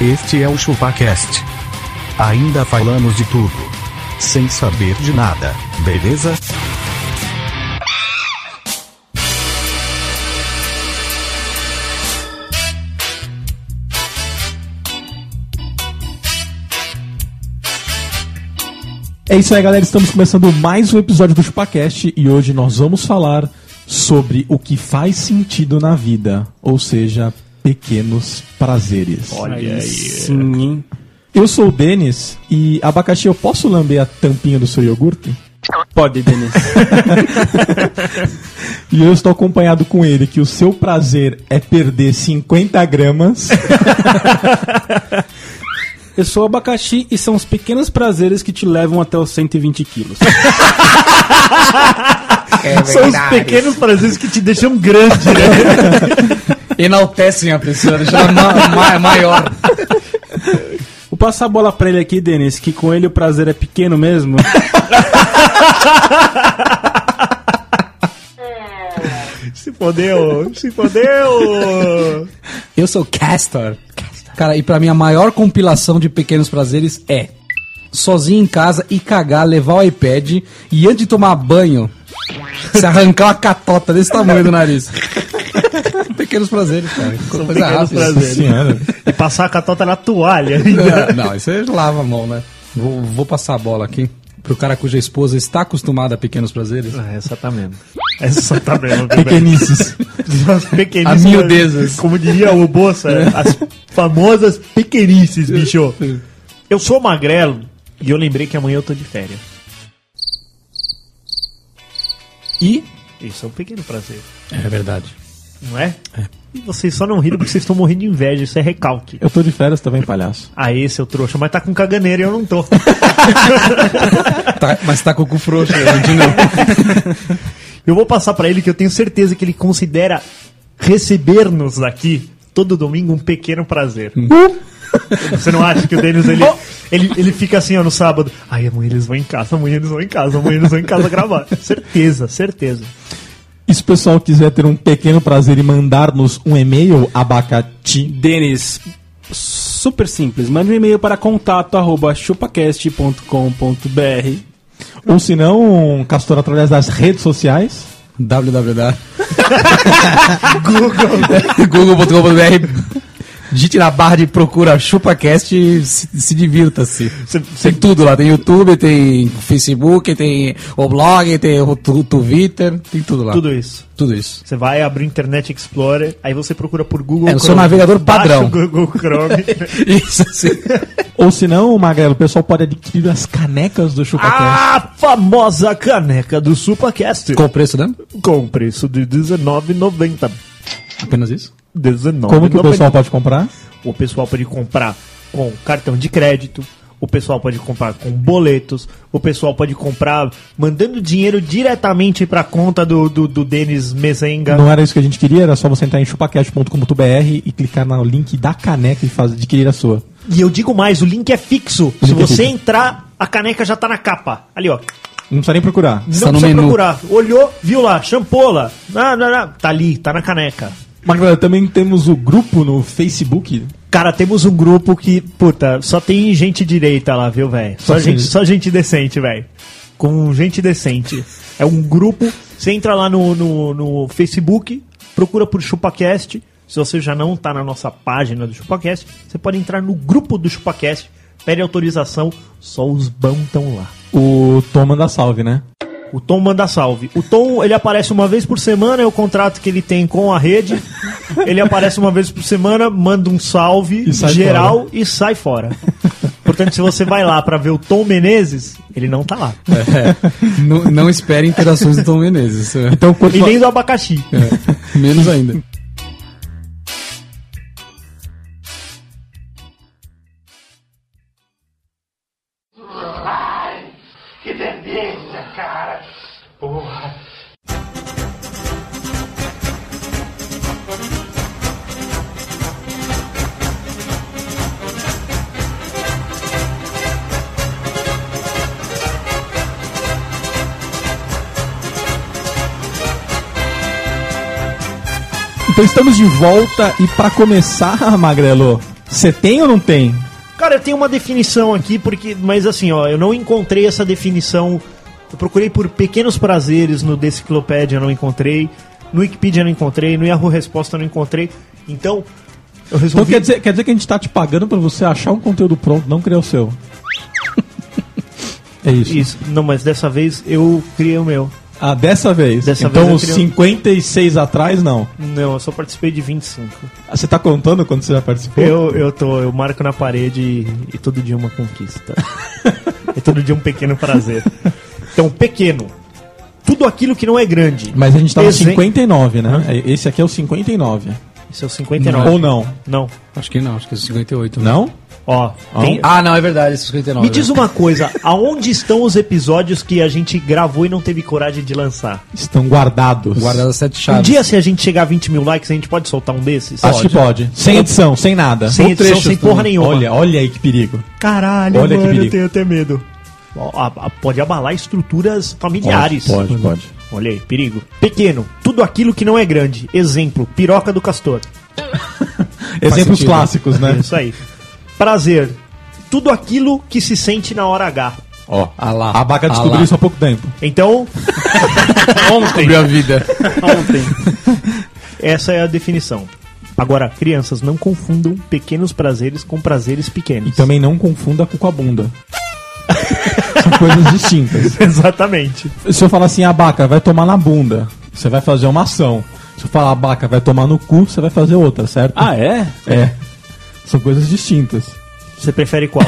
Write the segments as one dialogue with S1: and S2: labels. S1: Este é o ChupaCast. Ainda falamos de tudo. Sem saber de nada, beleza?
S2: É isso aí, galera. Estamos começando mais um episódio do ChupaCast e hoje nós vamos falar sobre o que faz sentido na vida, ou seja, pequenos prazeres.
S3: Olha aí. Sim, hein?
S2: Eu sou o Denis e abacaxi, eu posso lamber a tampinha do seu iogurte?
S3: Pode, Denis.
S2: E eu estou acompanhado com ele que o seu prazer é perder 50 gramas.
S3: Eu sou o abacaxi e são os pequenos prazeres que te levam até os 120 quilos.
S4: É
S5: São os
S4: verdade.
S5: pequenos prazeres que te deixam grande, né?
S4: Enaltecem a pessoa, deixam ela é ma- ma- maior.
S3: Vou passar a bola pra ele aqui, Denis, que com ele o prazer é pequeno mesmo.
S5: Se fodeu, se fodeu!
S4: Eu sou Castor. Cara, e pra mim a maior compilação de pequenos prazeres é sozinho em casa e cagar, levar o iPad e antes de tomar banho, se arrancar uma catota desse tamanho do nariz. pequenos prazeres, cara.
S5: São
S4: Coisa
S5: pequenos
S4: rápida.
S5: prazeres. E passar a catota na toalha ainda.
S4: Não, Não, isso aí lava a mão, né? Vou, vou passar a bola aqui pro cara cuja esposa está acostumada a pequenos prazeres.
S5: Ah, essa tá mesmo. Essa tá mesmo. viu, velho?
S2: Pequenices.
S5: As É.
S4: A
S5: pequenices.
S4: miudezas.
S5: Como diria o Bolsa, as famosas pequenices, bicho. Eu sou magrelo e eu lembrei que amanhã eu tô de férias.
S4: E.
S5: Isso é um pequeno prazer,
S4: É verdade.
S5: não é? E vocês só não riram porque vocês estão morrendo de inveja, isso é recalque.
S2: Eu tô de férias também, palhaço.
S5: Ah, esse seu trouxa, mas tá com caganeira e eu não tô.
S4: Tá- mas tá com o cu frouxo, Argentina.
S5: Eu vou passar pra ele que eu tenho certeza que ele considera receber-nos aqui todo domingo um pequeno prazer. Uh! Você não acha que o Denis ele, ele, ele fica assim ó, no sábado? Ai, amanhã eles vão em casa, amanhã eles vão em casa, amanhã eles vão em casa gravar. Certeza, certeza.
S2: E se o pessoal quiser ter um pequeno prazer e mandar-nos um e-mail, abacati.
S3: Denis, super simples. Mande um e-mail para contato arroba chupacast.com.br.
S2: Ou se não, um castor através das redes sociais.
S4: www. Google. Google.com.br. Digite na barra de procura ChupaCast e se, se divirta-se.
S5: Você-
S4: Tem tudo lá. Tem YouTube, tem Facebook, tem o blog, tem o tu- Twitter, tem tudo lá.
S5: É Tudo isso.
S4: Tudo isso.
S5: Você vai abrir o Internet Explorer, aí você procura por Google
S4: É, no seu navegador
S5: Baixa
S4: padrão.
S5: o Google Chrome.
S4: Isso assim.
S2: Ou se não, Magrelo, o pessoal pode adquirir as canecas do
S3: Ah,
S2: ChupaCast.
S5: A famosa caneca do SupaCast.
S4: Qual o preço, né?
S5: Com preço de R$19,90.
S4: Apenas isso?
S5: R$19,90.
S2: Como que o pessoal pode comprar?
S5: O pessoal pode comprar com cartão de crédito, o pessoal pode comprar com boletos, o pessoal pode comprar mandando dinheiro diretamente pra conta do, do, do Denis
S3: É.
S5: Mezenga.
S2: Não era isso que a gente queria, era só você entrar em chupacast.com.br e clicar no link da caneca e fazer, adquirir a sua.
S5: E eu digo mais, o link é fixo. Se
S2: Link é
S5: você
S2: fixo.
S5: entrar, a caneca já tá na capa. Ali, ó.
S2: Não precisa nem procurar.
S5: Não
S4: Está no
S5: precisa
S4: menu.
S5: procurar. Olhou, viu lá, champola. Ah, não, não. Tá ali, tá na caneca.
S2: Magrelo, também temos o grupo no Facebook.
S5: Cara, temos um grupo que, puta, só tem gente direita lá, viu, velho? Só,
S2: Só
S5: gente,
S2: sim.
S5: só gente decente, velho. Com gente decente. É um grupo. Você entra lá no, no, no Facebook, procura por ChupaCast. Se você já não tá na nossa página do ChupaCast, você pode entrar no grupo do ChupaCast, pede autorização, só os bons estão lá.
S2: O Tom manda salve, né?
S5: O Tom manda salve. O Tom, ele aparece uma vez por semana, é o contrato que ele tem com a rede. Ele aparece uma vez por semana, manda um salve
S2: E sai
S5: geral e sai fora. Portanto, se você vai lá pra ver o Tom Menezes, ele não tá lá.
S2: É
S4: É. não, não espere interações do Tom Menezes.
S2: Então, quanto
S5: E nem do abacaxi.
S4: É, menos ainda.
S6: Que delícia, cara! Porra!
S2: Então estamos de volta e pra começar, Magrelo, Você tem ou não tem?
S5: Cara, eu tenho uma definição aqui, porque. Mas assim, ó, eu não encontrei essa definição. Eu procurei por pequenos prazeres no Deciclopédia, eu não encontrei. No Wikipedia eu não encontrei, no Yahoo Resposta eu não encontrei. Então, eu
S2: Então
S5: resolvi.
S2: quer dizer, quer dizer que a gente tá te pagando pra você achar um conteúdo pronto, não criar o seu. É isso.
S5: Isso. Não, mas dessa vez eu criei o meu.
S2: Ah, dessa vez.
S5: Dessa
S2: então
S5: vez eu
S2: os
S5: queria-
S2: 56 atrás, não.
S5: Não, eu só participei de 25.
S2: Ah, Você tá contando quando você já participou?
S5: Eu, eu tô, eu marco na parede e, e todo dia uma conquista. é todo dia um pequeno prazer. Então, pequeno. Tudo aquilo que não é grande.
S2: Mas a gente tá no
S5: Desenho-
S2: 59, né? É, Esse aqui é o 59.
S5: Isso é o 59.
S2: Ou não?
S5: Não.
S4: Acho que não, acho que é 58.
S2: Não?
S5: Ó, tem-
S4: Ah, não, é verdade, é 59.
S5: Me diz um uma coisa, aonde estão os episódios que a gente gravou e não teve coragem de lançar?
S2: Estão guardados.
S4: Guardado as sete
S5: Um
S4: chaves.
S5: dia, se a gente chegar a 20 mil likes, a gente pode soltar um desses?
S2: Acho que pode. Sem edição, sem nada.
S5: Sem
S2: Ou
S5: edição,
S2: trechos
S5: sem porra
S2: também.
S5: nenhuma.
S2: Olha, olha aí que perigo.
S5: Caralho,
S2: Olha que
S5: mano, eu
S2: perigo.
S5: tenho até medo. Ó, a- a- Pode abalar estruturas familiares.
S2: Pode, pode.
S5: Olha aí, perigo. Pequeno, tudo aquilo que não é grande. Exemplo, piroca do castor.
S2: Exemplos
S4: sentido.
S2: clássicos,
S5: É
S2: né?
S5: isso aí. Prazer, tudo aquilo que se sente na hora H.
S2: Ó,
S4: Ah lá,
S2: a Baca
S4: ah
S2: descobriu
S4: lá.
S2: isso há pouco tempo.
S5: Então,
S4: Descobriu a vida.
S5: essa é a definição. Agora, crianças, não confundam pequenos prazeres com prazeres pequenos.
S2: E também não confunda com a bunda. São coisas distintas.
S5: Exatamente.
S2: Se eu falar assim, abaca, vai tomar na bunda, você vai fazer uma ação. Se eu falar abaca, vai tomar no cu, você vai fazer outra, certo?
S3: Ah, é?
S2: É. São coisas distintas.
S5: Você prefere qual?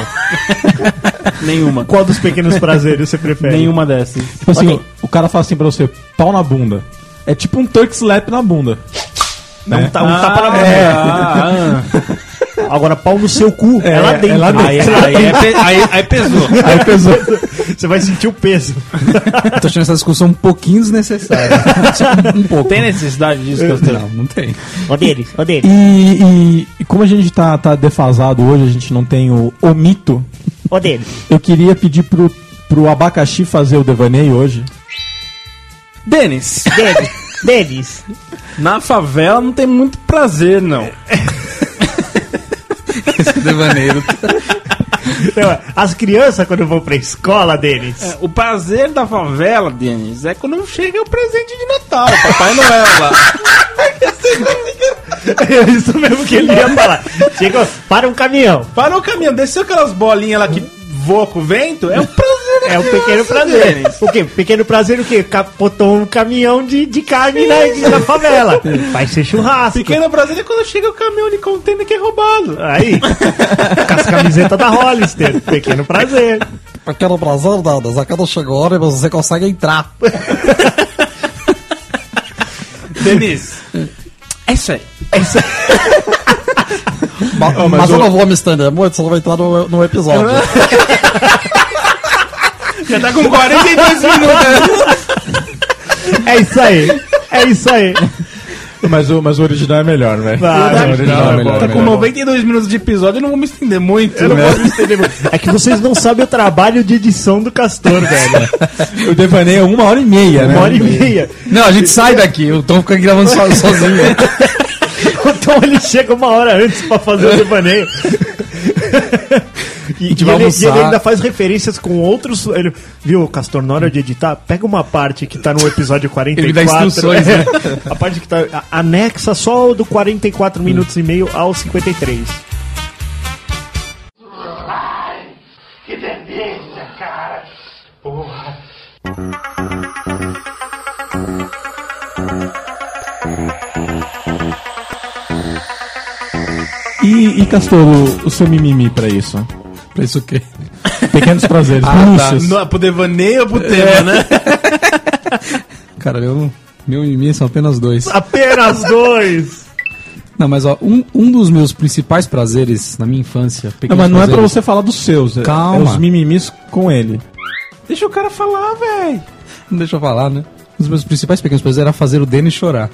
S3: Nenhuma.
S5: qual dos pequenos prazeres você prefere?
S3: Nenhuma dessas.
S2: Tipo assim,
S5: Ok.
S2: o, o cara fala assim pra você, pau na bunda. É tipo um Turk Slap na bunda.
S5: Não,
S2: né?
S5: tá, um tapa na bunda. Agora, pau no seu cu. É, lá dentro.
S2: lá dentro.
S5: Aí,
S3: pesou.
S2: Aí pesou.
S5: você vai sentir o peso.
S4: Eu tô achando essa discussão um pouquinho desnecessária. Só um pouco.
S3: Tem necessidade disso, Castelo?
S4: Não, não tem.
S5: Ó dele, ó dele.
S2: E, e- e como a gente tá, tá defasado hoje, a gente não tem o, o mito,
S5: Ó dele.
S2: eu queria pedir pro, pro abacaxi fazer o devaneio hoje.
S3: Denis,
S5: Dele. Deles.
S3: na favela não tem muito prazer, não.
S4: Esse devaneio.
S5: Então, As crianças, quando vão pra escola, deles.
S3: O prazer da favela, Denis, é quando chega o presente de Natal, Papai Noel lá.
S5: É isso mesmo que ele ia falar. Chega, para um caminhão.
S3: Parou o caminho, desceu aquelas bolinhas lá que voam com o vento, é um prazer. da
S5: É um
S3: criança,
S5: pequeno prazer.
S3: Denis.
S5: O quê? Pequeno prazer o quê? Capotou um caminhão de, de carne na, na favela. Vai ser churrasco.
S3: Pequeno prazer é quando chega o caminhão de contêiner que é roubado.
S5: Aí, com as camisetas da Hollister. Pequeno prazer.
S4: Aquela brasão, Dadas, a cada chega hora você consegue entrar.
S3: Denis, é isso aí.
S4: Ma- mas eu não vou me estender muito, só vai entrar no, no episódio.
S3: Já tá com 42 minutos.
S5: É isso aí. É isso aí.
S2: Mas o, mas o original é melhor, velho.
S5: Ah,
S2: original é melhor.
S3: Tá com
S2: melhor.
S3: 92 minutos de episódio, eu não vou me estender muito. né?
S5: É que vocês não sabem o trabalho de edição do Castor, velho.
S2: O devaneio é uma hora e meia, né?
S5: Uma hora e meia.
S4: Não, a gente sai daqui, eu tô ficando gravando so- sozinho.
S5: Então ele chega uma hora antes pra fazer o devaneio. E, e
S4: vai
S5: ele,
S4: almoçar.
S5: e ele ainda faz referências com outros. Ele, viu, Castor, na hora de editar, pega uma parte que tá no episódio 44.
S4: Ele dá instruções, né?
S5: A parte que tá. a- anexa só o do 44 minutos e meio ao 53.
S6: Ai, que delícia, cara. Porra.
S2: E, e Castor, o, o seu mimimi pra isso?
S4: Pra isso o quê? Ah, tá.
S2: Pequenos prazeres, minúcias.
S3: Não, pro devaneio ou pro tema, né?
S4: Cara, eu não. Meu inimigo são apenas dois.
S5: Apenas dois!
S4: Não, mas ó, um, um dos meus principais prazeres na minha infância.
S2: Não,
S4: pequenos
S2: mas não é pra
S4: prazeres-
S2: você falar dos seus. é-
S4: Calma.
S2: É os mimimis com ele.
S3: Deixa o cara falar, velho.
S4: Não deixa eu falar, né? Um dos meus principais pequenos prazeres era fazer o Denis chorar.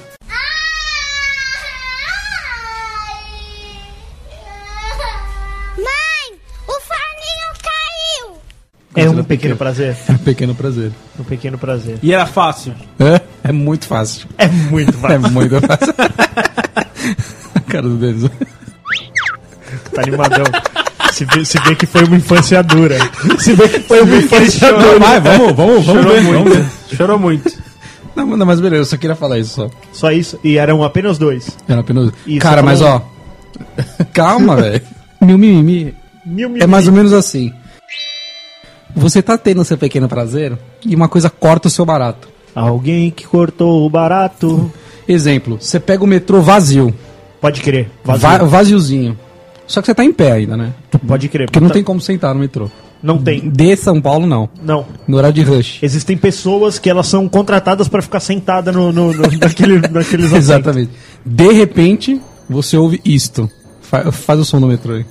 S7: Mãe, o forninho caiu!
S5: É um pequeno prazer.
S4: É um pequeno prazer.
S5: Um pequeno prazer.
S3: E era fácil.
S4: É, é muito fácil.
S5: É muito
S4: É
S5: fácil.
S4: muito fácil. A cara do Denis.
S5: Tá animadão. Se vê, se vê que foi uma infância dura. Se vê que foi um né? uma infância dura.
S2: Vai, vamos, vamos, vamos
S3: Chorou
S2: ver, vamos ver.
S3: muito. Chorou muito.
S4: Não, não, mas beleza, eu só queria falar isso só.
S5: Só isso. E eram apenas dois.
S4: Era apenas.
S5: Isso,
S4: Cara,
S5: tá
S4: mas
S5: bom.
S4: ó. Calma, velho. Meu mimimi
S5: Mil, mil,
S4: é mais ou menos assim. Você tá tendo seu pequeno prazer e uma coisa corta o seu barato.
S5: Alguém que cortou o barato.
S4: Exemplo, você pega o metrô vazio,
S5: Pode crer. Vazio.
S4: va- vaziozinho. Só que você tá em pé ainda, né?
S5: Pode crer.
S4: Porque não
S5: Tá-
S4: tem como sentar no metrô.
S5: Não tem.
S4: De São Paulo, não.
S5: Não.
S4: No horário de rush.
S5: Existem pessoas que elas são contratadas pra ficar sentada no, no, no- naquele, naqueles assentos.
S4: Exatamente. De repente, você ouve isto. Fa- faz o som do metrô aí.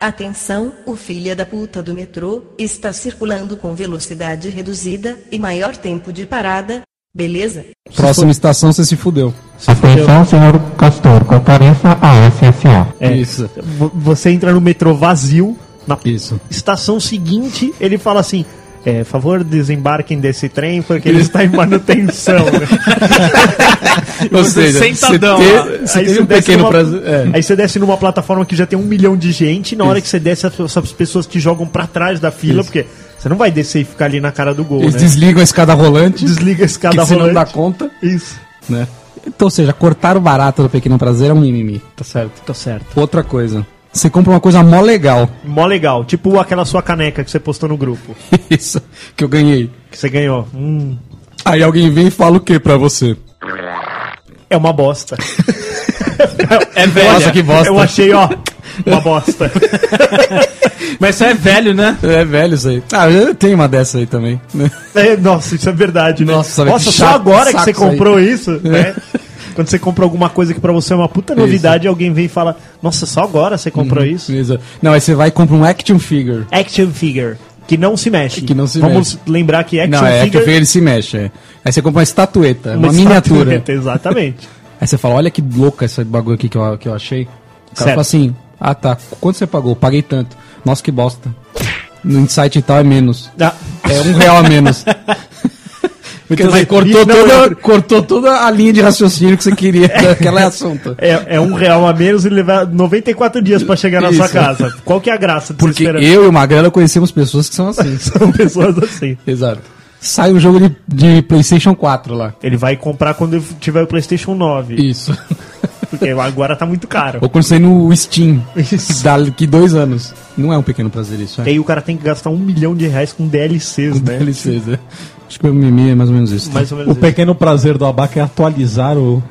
S8: Atenção, o filha da puta do metrô está circulando com velocidade reduzida e maior tempo de parada. Beleza?
S4: Próxima estação, você se fudeu.
S9: Atenção, senhor Castor, compareça à SSA.
S5: É.
S4: Isso.
S5: Vo- Você entra no metrô vazio, na
S4: Isso.
S5: estação seguinte, ele fala assim. É, favor, desembarquem desse trem porque ele está em manutenção.
S4: Ou
S3: seja, sentadão
S4: você
S3: lá.
S4: te- você
S5: Aí
S4: teve
S5: você
S4: um
S5: desce né?
S4: pequeno
S5: numa-
S4: prazer. é.
S5: Aí você desce numa plataforma que já tem um milhão de gente. Na hora que você desce, as- as pessoas te jogam pra trás da fila, porque você não vai descer e ficar ali na cara do gol,
S4: Eles
S5: né?
S4: desligam a escada rolante,
S5: Desliga a
S4: que
S5: escada
S4: você não
S5: rolante.
S4: dá conta,
S5: Isso.
S4: né? Então, ou seja, cortar o barato do pequeno prazer é um mimimi. Tá certo.
S5: Tá certo.
S4: Outra coisa. Você compra uma coisa mó legal.
S5: Mó legal. Tipo aquela sua caneca que você postou no grupo,
S4: Isso. Que eu ganhei.
S5: que você ganhou. Hum,
S4: Aí alguém vem e fala o que pra você?
S5: é uma bosta.
S3: É velha.
S4: Nossa, que bosta.
S5: Eu achei, ó, uma bosta.
S3: Mas isso é velho, né?
S4: É velho isso aí. Ah, eu tenho uma dessa aí também. né?
S5: É, nossa, isso é verdade, né?
S4: Nossa, velho,
S5: nossa
S4: que
S5: só
S4: chato,
S5: agora que
S4: saco
S5: você
S4: isso aí. É.
S5: comprou isso, né? Quando você compra alguma coisa que pra você é uma puta novidade, alguém vem e fala, nossa, só agora você comprou
S4: Uhum.
S5: isso?
S4: Beleza. Não, aí você vai e compra um action figure.
S5: action figure que não se mexe.
S4: Que não se
S5: Vamos lembrar que action
S4: não, é action
S5: figure
S4: figure ele se mexe. é. Aí você compra uma estatueta, uma,
S5: estatueta,
S4: miniatura.
S5: Exatamente.
S4: Aí você fala, olha que louca esse bagulho aqui que eu, que eu achei. O cara
S5: Certo.
S4: fala assim, ah tá, quanto você pagou? Paguei tanto. Nossa, que bosta. No site e tal é menos.
S5: Ah,
S4: É um real a menos. Porque
S5: dizer,
S4: você cortou,
S5: isso não
S4: toda,
S5: entra.
S4: cortou toda a linha de raciocínio que você queria daquela assunto.
S5: é, é um real a menos e levar 94 dias pra chegar na sua
S4: Isso.
S5: casa. Qual que é a graça de
S4: Porque
S5: esperar?
S4: eu e o Magrela conhecemos pessoas que são assim.
S5: São pessoas assim.
S4: Exato. Sai um jogo de, de Playstation 4 lá.
S5: Ele vai comprar quando tiver o PlayStation 9.
S4: Isso.
S5: Porque agora tá muito caro.
S4: Ou quando sai no Steam. Daqui dois anos. Não é um pequeno prazer isso, é?
S5: E aí o cara tem que gastar um milhão de reais com DLCs, né?
S4: Licença. Acho que o mimimi é mais ou menos isso.
S5: Mais ou menos
S2: O
S5: isso.
S2: pequeno prazer do Abaca é atualizar o,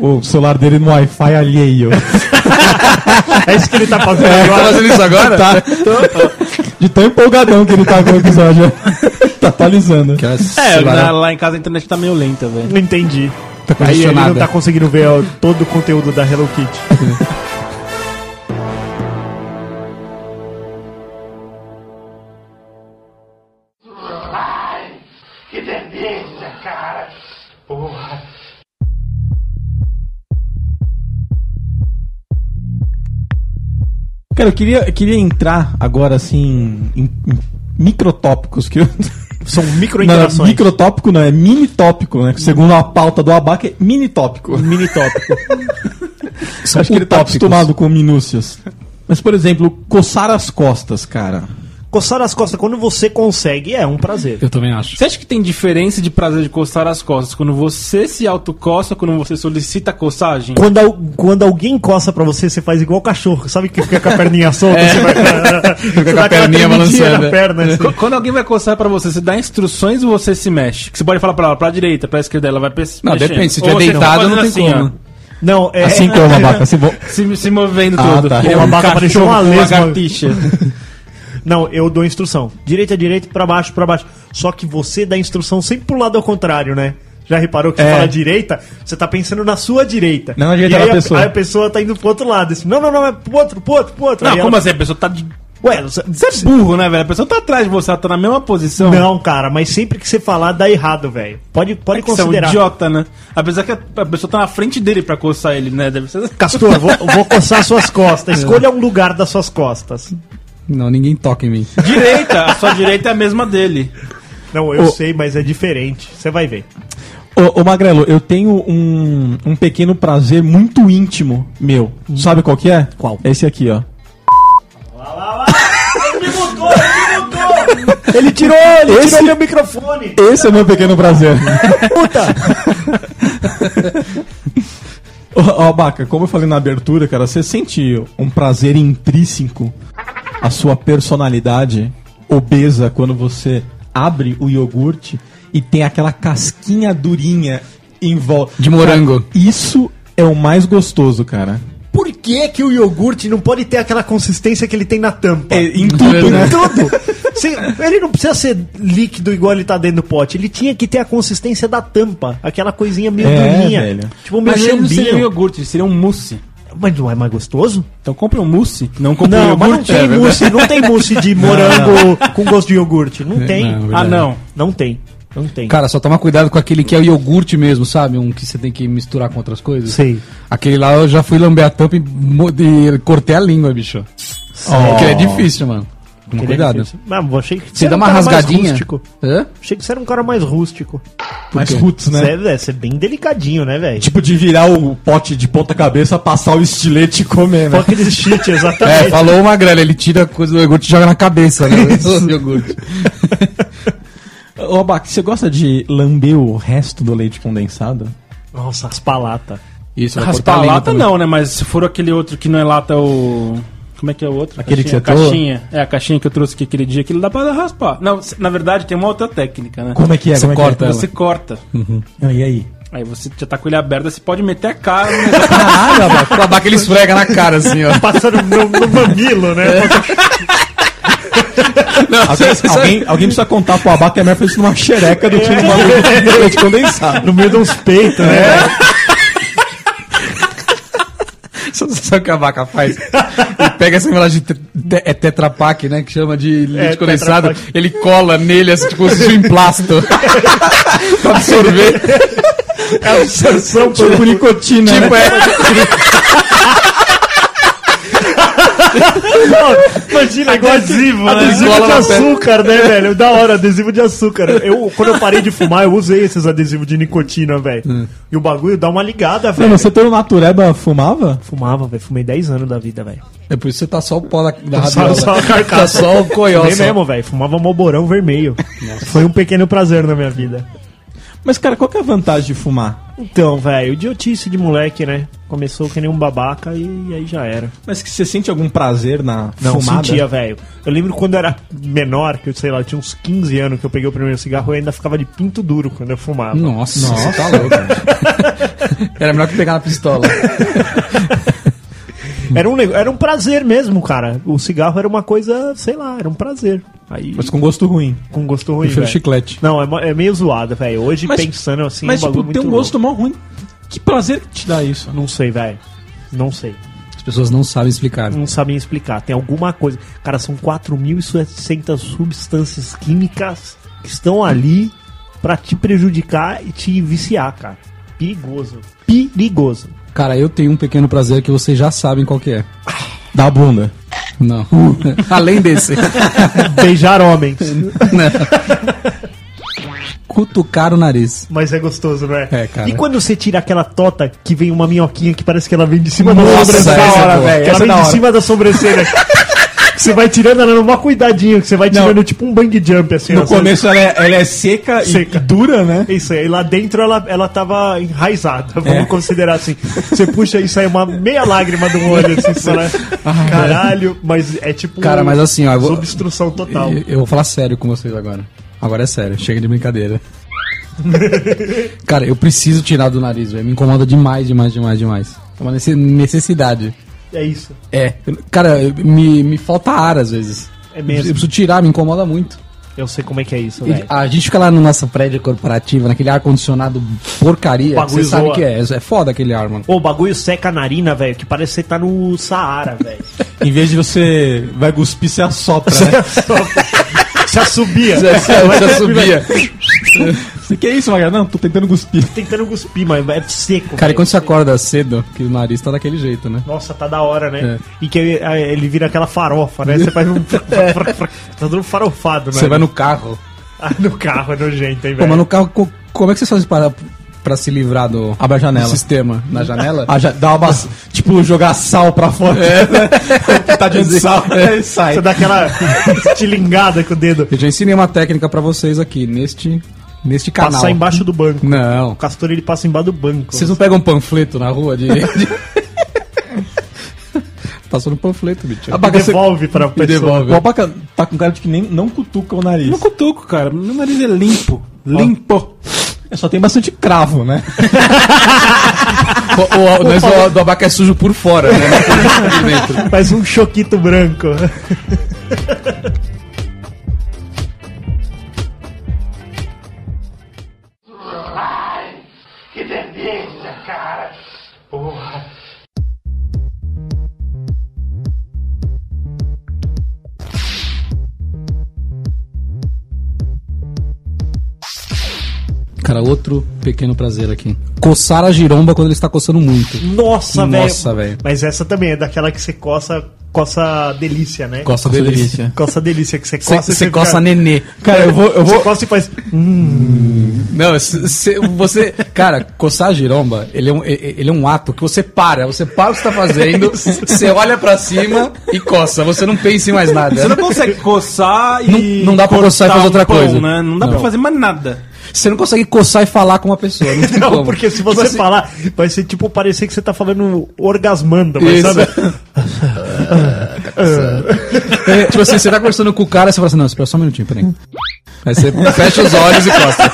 S2: o, o celular dele no Wi-Fi alheio.
S5: É isso que ele tá fazendo
S4: Tá
S5: agora.
S4: fazendo isso agora?
S2: Tá. De tão empolgadão que ele tá com o episódio. tá atualizando.
S4: Que
S3: É,
S4: é,
S3: na- lá em casa a internet tá meio lenta, velho.
S5: Não entendi.
S4: tá
S5: Aí ele não
S4: congestionada.
S5: tá conseguindo ver ó, todo o conteúdo da Hello Kitty.
S6: Ai, que delícia, cara. Porra.
S2: Cara, eu queria, eu queria entrar agora, assim, em, em microtópicos que eu...
S5: São
S2: Não,
S5: microinterações.
S2: microtópico não, é mini tópico, né? Que Segundo a pauta do Abaca, é mini tópico. Mini tópico.
S4: São
S2: Acho que ele tá
S4: utópicos.
S2: acostumado com minúcias. Mas, por exemplo, coçar as costas, cara.
S5: Coçar as costas quando você consegue é um prazer.
S4: Eu também acho.
S3: Você acha que tem diferença de prazer de coçar as costas quando você se autocoça ou quando você solicita a coçagem?
S5: Quando, al- quando alguém coça pra você, você faz igual cachorro. Sabe que fica com a perninha solta? Você vai fica
S4: com a perninha balançando.
S5: Na perna, assim.
S3: Qu- Quando alguém vai coçar pra você, você dá instruções ou você se mexe? Que você pode falar pra ela, pra direita, pra esquerda, ela vai pe- se
S4: Não,
S3: mexendo.
S4: depende. Se
S3: Ou
S4: tiver
S3: você fica
S4: deitado, não tem
S3: fazendo
S4: como.
S3: ó,
S5: Não, é.
S2: Assim como, Abaca. Se vo-
S3: se, se movendo
S2: Ah,
S3: todo.
S2: tá.
S3: Que nem
S5: Uma vaca pareceu uma
S3: com
S5: lesma.
S3: lagartixa.
S5: Não, eu dou instrução. Direita, direita, pra baixo, pra baixo. Só que você dá instrução sempre pro lado ao contrário, né? Já reparou que você
S2: É.
S5: fala direita, você tá pensando na sua direita.
S2: Não na direita
S5: e aí
S2: da
S5: a-
S2: pessoa.
S5: Aí a pessoa tá indo pro outro lado. Assim, não, não, não, é pro outro, pro outro, pro outro.
S3: Não,
S5: Aí
S3: como
S5: ela-
S3: assim? A pessoa tá de...
S5: Ué, você-
S3: Você é burro, né, velho? A pessoa tá atrás de você, ela tá na mesma posição.
S5: Não, cara, mas sempre que você falar, dá errado, velho. Pode, pode
S3: É que você é um
S5: considerar.
S3: idiota, né? Apesar que a a pessoa tá na frente dele pra coçar ele, né? Deve ser...
S5: Castor, vou, vou coçar suas costas. Escolha um lugar das suas costas.
S4: Não, ninguém toca em mim.
S3: Direita, a sua direita é a mesma dele.
S5: Não, eu
S2: Ô.
S5: sei, mas é diferente. Você vai ver.
S2: Ô, ô, Magrelo, eu tenho um, um pequeno prazer muito íntimo meu.
S5: Hum.
S2: Sabe qual que é?
S4: Qual?
S2: Esse aqui, ó.
S5: Ele tirou, ele
S2: Esse-
S5: tirou meu microfone.
S2: Esse é meu pequeno prazer. Puta! Ó, ó, Baca, como eu falei na abertura, cara, você sente um prazer intrínseco à sua personalidade obesa quando você abre o iogurte e tem aquela casquinha durinha em volta.
S4: De morango.
S2: Isso é o mais gostoso, cara.
S5: Por que que o iogurte não pode ter aquela consistência que ele tem na tampa?
S2: É, em tudo, né?
S5: Em tudo. Se- ele não precisa ser líquido igual ele tá dentro do pote. Ele tinha que ter a consistência da tampa. Aquela coisinha meio
S2: É,
S5: durinha.
S2: velho.
S5: Tipo meio
S3: Mas ele não seria um
S5: chambinho.
S3: iogurte, ele seria um mousse.
S5: Mas não é mais gostoso?
S3: Então compre um mousse. Não compre um
S5: Não, mas não
S3: iogurte.
S5: tem mousse, não tem mousse de morango com gosto de iogurte. Não tem.
S4: não,
S5: ah,
S4: verdade.
S5: não. Não tem. Não tem.
S4: Cara, só toma cuidado com aquele que é o iogurte mesmo, sabe? Um que você tem que misturar com outras coisas.
S5: Sei.
S4: Aquele lá eu já fui lamber a tampa e, mo- e cortei a língua, bicho.
S5: Oh.
S4: Porque é difícil, mano. Toma cuidado.
S5: Ah, eu achei que
S4: Você dá
S5: era um
S4: uma
S5: cara mais
S4: rasgadinha.
S5: rústico.
S4: Hã?
S5: Achei que você era um cara mais rústico.
S2: Mais
S4: quê?
S2: roots, né?
S5: Você é, velho, você é bem delicadinho, né, velho?
S2: Tipo de virar o pote de ponta cabeça, passar o estilete e comer, né?
S5: Fuck this shit, exatamente.
S4: É, falou uma grana, ele tira a coisa do iogurte e joga na cabeça, né? O iogurte.
S2: Ô, Baca, você gosta de lamber o resto do leite condensado?
S5: Nossa, as palatas.
S4: Isso, vai cortar
S3: Raspar a
S4: língua
S3: lata
S4: também.
S3: não, né? Mas se for aquele outro que não é lata, o... Como é que é o outro?
S2: Aquele que
S3: caixinha,
S2: você atua?
S3: caixinha. É, a caixinha que eu trouxe aqui aquele dia, aquilo dá pra raspar. Não, se- na verdade tem uma outra técnica, né?
S2: Como é que é?
S4: Você
S2: Como é que é?
S4: corta ela.
S3: Você corta.
S2: Ah, E aí?
S3: Aí você já tá com ele aberto, você pode meter a cara no negócio.
S4: Caralho, abaca. Dá aquele esfrega na cara, assim, ó.
S5: Passando no, no mamilo, né?
S2: Alguém, alguém, alguém precisa contar pro Abaca que a Mer fez isso numa xereca do time do bagulho de leite condensado.
S5: No meio de uns peitos, né?
S4: Sabe sabe o que a vaca faz? Ele pega essa embalagem de te- te- é Tetra Pak, né? Que chama de leite
S5: Tetra
S4: condensado.
S5: Pak.
S4: Ele cola nele, assim, tipo, se fosse em plasto. pra absorver.
S5: É a absorção por-
S2: Tipo nicotina,
S4: tipo,
S2: né?
S4: é.
S5: Imagina, igual adesivo,
S4: né?
S5: adesivo
S4: Cola
S5: de
S4: na pedra.
S5: açúcar, né, velho? Da hora, adesivo de açúcar. Eu, quando eu parei de fumar, eu usei esses adesivos de nicotina, velho. E o bagulho dá uma ligada,
S2: Não,
S5: velho.
S2: mas você todo natureba fumava?
S5: Fumava, velho. Fumei 10 anos da vida, velho.
S4: É por isso que você tá só o pó da, da
S5: Só,
S4: rabiola.
S5: só
S4: Tá
S5: a carcaça.
S4: só o coió.
S5: Fumei
S4: só.
S5: mesmo, velho. Fumava moborão vermelho. Foi um pequeno prazer na minha vida.
S2: Mas, cara, qual que é a vantagem de fumar?
S5: Então, velho, idiotice de moleque, né? Começou que nem um babaca e aí já era.
S2: Mas que você sente algum prazer na
S5: Não,
S2: fumada?
S5: sentia, velho. Eu lembro quando eu era menor, que eu sei lá, eu tinha uns 15 anos que eu peguei o primeiro cigarro, eu ainda ficava de pinto duro quando eu fumava.
S2: Uhum.
S4: Nossa, você tá louco. Era melhor que pegar na pistola.
S5: Era, um, nego- era um prazer mesmo, cara. O cigarro era uma coisa, sei lá, era um prazer. Aí,
S2: Mas com gosto ruim.
S5: com gosto ruim,
S4: Prefiro
S5: velho.
S4: chiclete.
S5: Não, é, mo- é meio zoado, velho. Hoje,
S2: Mas-
S5: pensando assim,
S2: mas,
S5: é um
S2: tipo,
S5: bagulho
S2: tem um
S5: muito
S2: gosto mal ruim. Que prazer que te dá isso?
S5: louco. Não sei, velho. Não sei.
S4: As pessoas não sabem explicar.
S5: Não sabem explicar. Tem alguma coisa. Cara, são 4.600 substâncias químicas que estão ali pra te prejudicar e te viciar, cara. Perigoso. Perigoso.
S4: Cara, eu tenho um pequeno prazer que vocês já sabem qual que é.
S2: Da bunda.
S4: Não. Além desse.
S5: Beijar homens.
S4: Cutucar o nariz.
S5: Mas é gostoso, não é?
S4: É, cara.
S5: E quando você tira aquela tota que vem uma minhoquinha que parece que ela vem de cima da
S4: Nossa,
S5: sobrancelha?
S4: essa é boa.
S5: velho. Ela
S2: Essa é
S5: vem
S2: da
S5: de
S2: hora.
S5: cima da sobrancelha. você vai tirando ela no maior cuidadinho, que você vai tirando tipo um bang jump assim. ó,
S2: No
S5: sabe?
S2: começo ela é, ela é seca, e-
S5: Seca.
S2: e dura, né?
S5: Isso aí, lá dentro ela, ela tava enraizada, vamos
S2: É.
S5: considerar assim. Você puxa e sai uma meia lágrima do olho, assim, você fala, caralho, mas é tipo
S4: Ah, Cara, mas assim, ó, eu vou-
S5: obstrução total.
S4: Eu, eu vou falar sério com vocês agora. Agora é sério, chega de brincadeira. Cara, eu preciso tirar do nariz, velho. Me incomoda demais, demais, demais, demais. É uma nece- necessidade.
S5: É isso.
S4: É. eu- Cara, eu- me, me falta ar às vezes.
S5: É
S4: Eu
S5: mesmo.
S4: preciso tirar, me incomoda muito.
S5: Eu sei como é que é isso,
S4: E
S5: velho.
S4: a gente fica lá no nosso prédio corporativo, naquele ar-condicionado porcaria. que
S5: Bagulho
S4: Você sabe
S5: zoa.
S4: que é. É foda aquele ar, mano.
S5: Ô, o bagulho seca a narina, velho, que parece que você tá no Saara, velho.
S2: Em vez de você vai cuspir, você assopra, né?
S5: Se assobia.
S4: Já subia.
S2: Você é que é isso, Magalhães? Não, tô tentando cuspir.
S5: Tentando cuspir, mas é seco.
S4: Cara, e
S5: velho.
S4: quando você acorda cedo, que o nariz tá daquele jeito, né?
S5: Nossa, tá da hora, né?
S4: É.
S5: E que ele, ele vira aquela farofa, né? Você faz um. tá todo farofado, né?
S4: Você vai no carro.
S5: Ah, no carro, é nojento, hein,
S4: Pô,
S5: velho.
S4: mas no carro, co- como é que vocês fazem para pra se livrar do,
S2: Abre a
S4: do
S2: janela.
S4: sistema. Na janela?
S2: Ah, já dá uma. tipo, jogar sal pra fora.
S4: É.
S2: tá de sal. aí sai.
S5: Você dá aquela estilingada com o dedo.
S4: Eu já ensinei uma técnica pra vocês aqui, neste, neste canal.
S5: Passar embaixo do banco.
S4: Não.
S5: O Castor ele passa embaixo do banco.
S4: Vocês não pegam um panfleto na rua de. de- Passou no panfleto, bicho.
S5: Me devolve pra pessoa.
S4: devolve.
S2: O abaca tá com cara de que nem, não cutuca o nariz.
S3: Não cutuco, cara. Meu nariz é limpo. Limpo.
S2: É, Só tem bastante cravo, né?
S4: O, o, o nariz do, do abaca é sujo por fora, né? Não é sujo por dentro.
S5: Faz um choquito branco.
S6: Ai, que delícia, cara. Porra.
S4: Cara, outro pequeno prazer aqui. Coçar a giromba quando ele está coçando muito.
S5: Nossa, velho.
S4: Nossa, velho.
S5: Mas essa também é daquela que você coça, coça delícia, né?
S4: Coça delícia.
S5: Coça delícia, que você coça... e
S4: Você
S5: fica-
S4: coça nenê.
S2: Cara, eu vou. Eu
S5: Você
S2: vou...
S5: coça e faz...
S4: Não, cê- cê- você. Cara, coçar a giromba, ele é, um, e- e- ele é um ato que você para. Você para o que você tá fazendo, você olha pra cima e coça. Você não pensa em mais
S3: Você não
S4: nada.
S3: consegue coçar e.
S4: Não- não dá pra
S3: cortar
S4: coçar e fazer outra
S3: pão,
S4: coisa.
S3: Né? Não dá pra
S4: Não.
S3: fazer mais nada.
S4: Você não consegue coçar e falar com uma pessoa. Não, tem
S5: Não,
S4: como.
S5: porque se você falar, vai ser tipo parecer que você tá falando orgasmando, mas
S4: Isso.
S5: sabe?
S4: É, tipo assim, você tá conversando com o cara, você fala assim, não, espera só um minutinho, peraí. Aí você fecha os olhos e costa.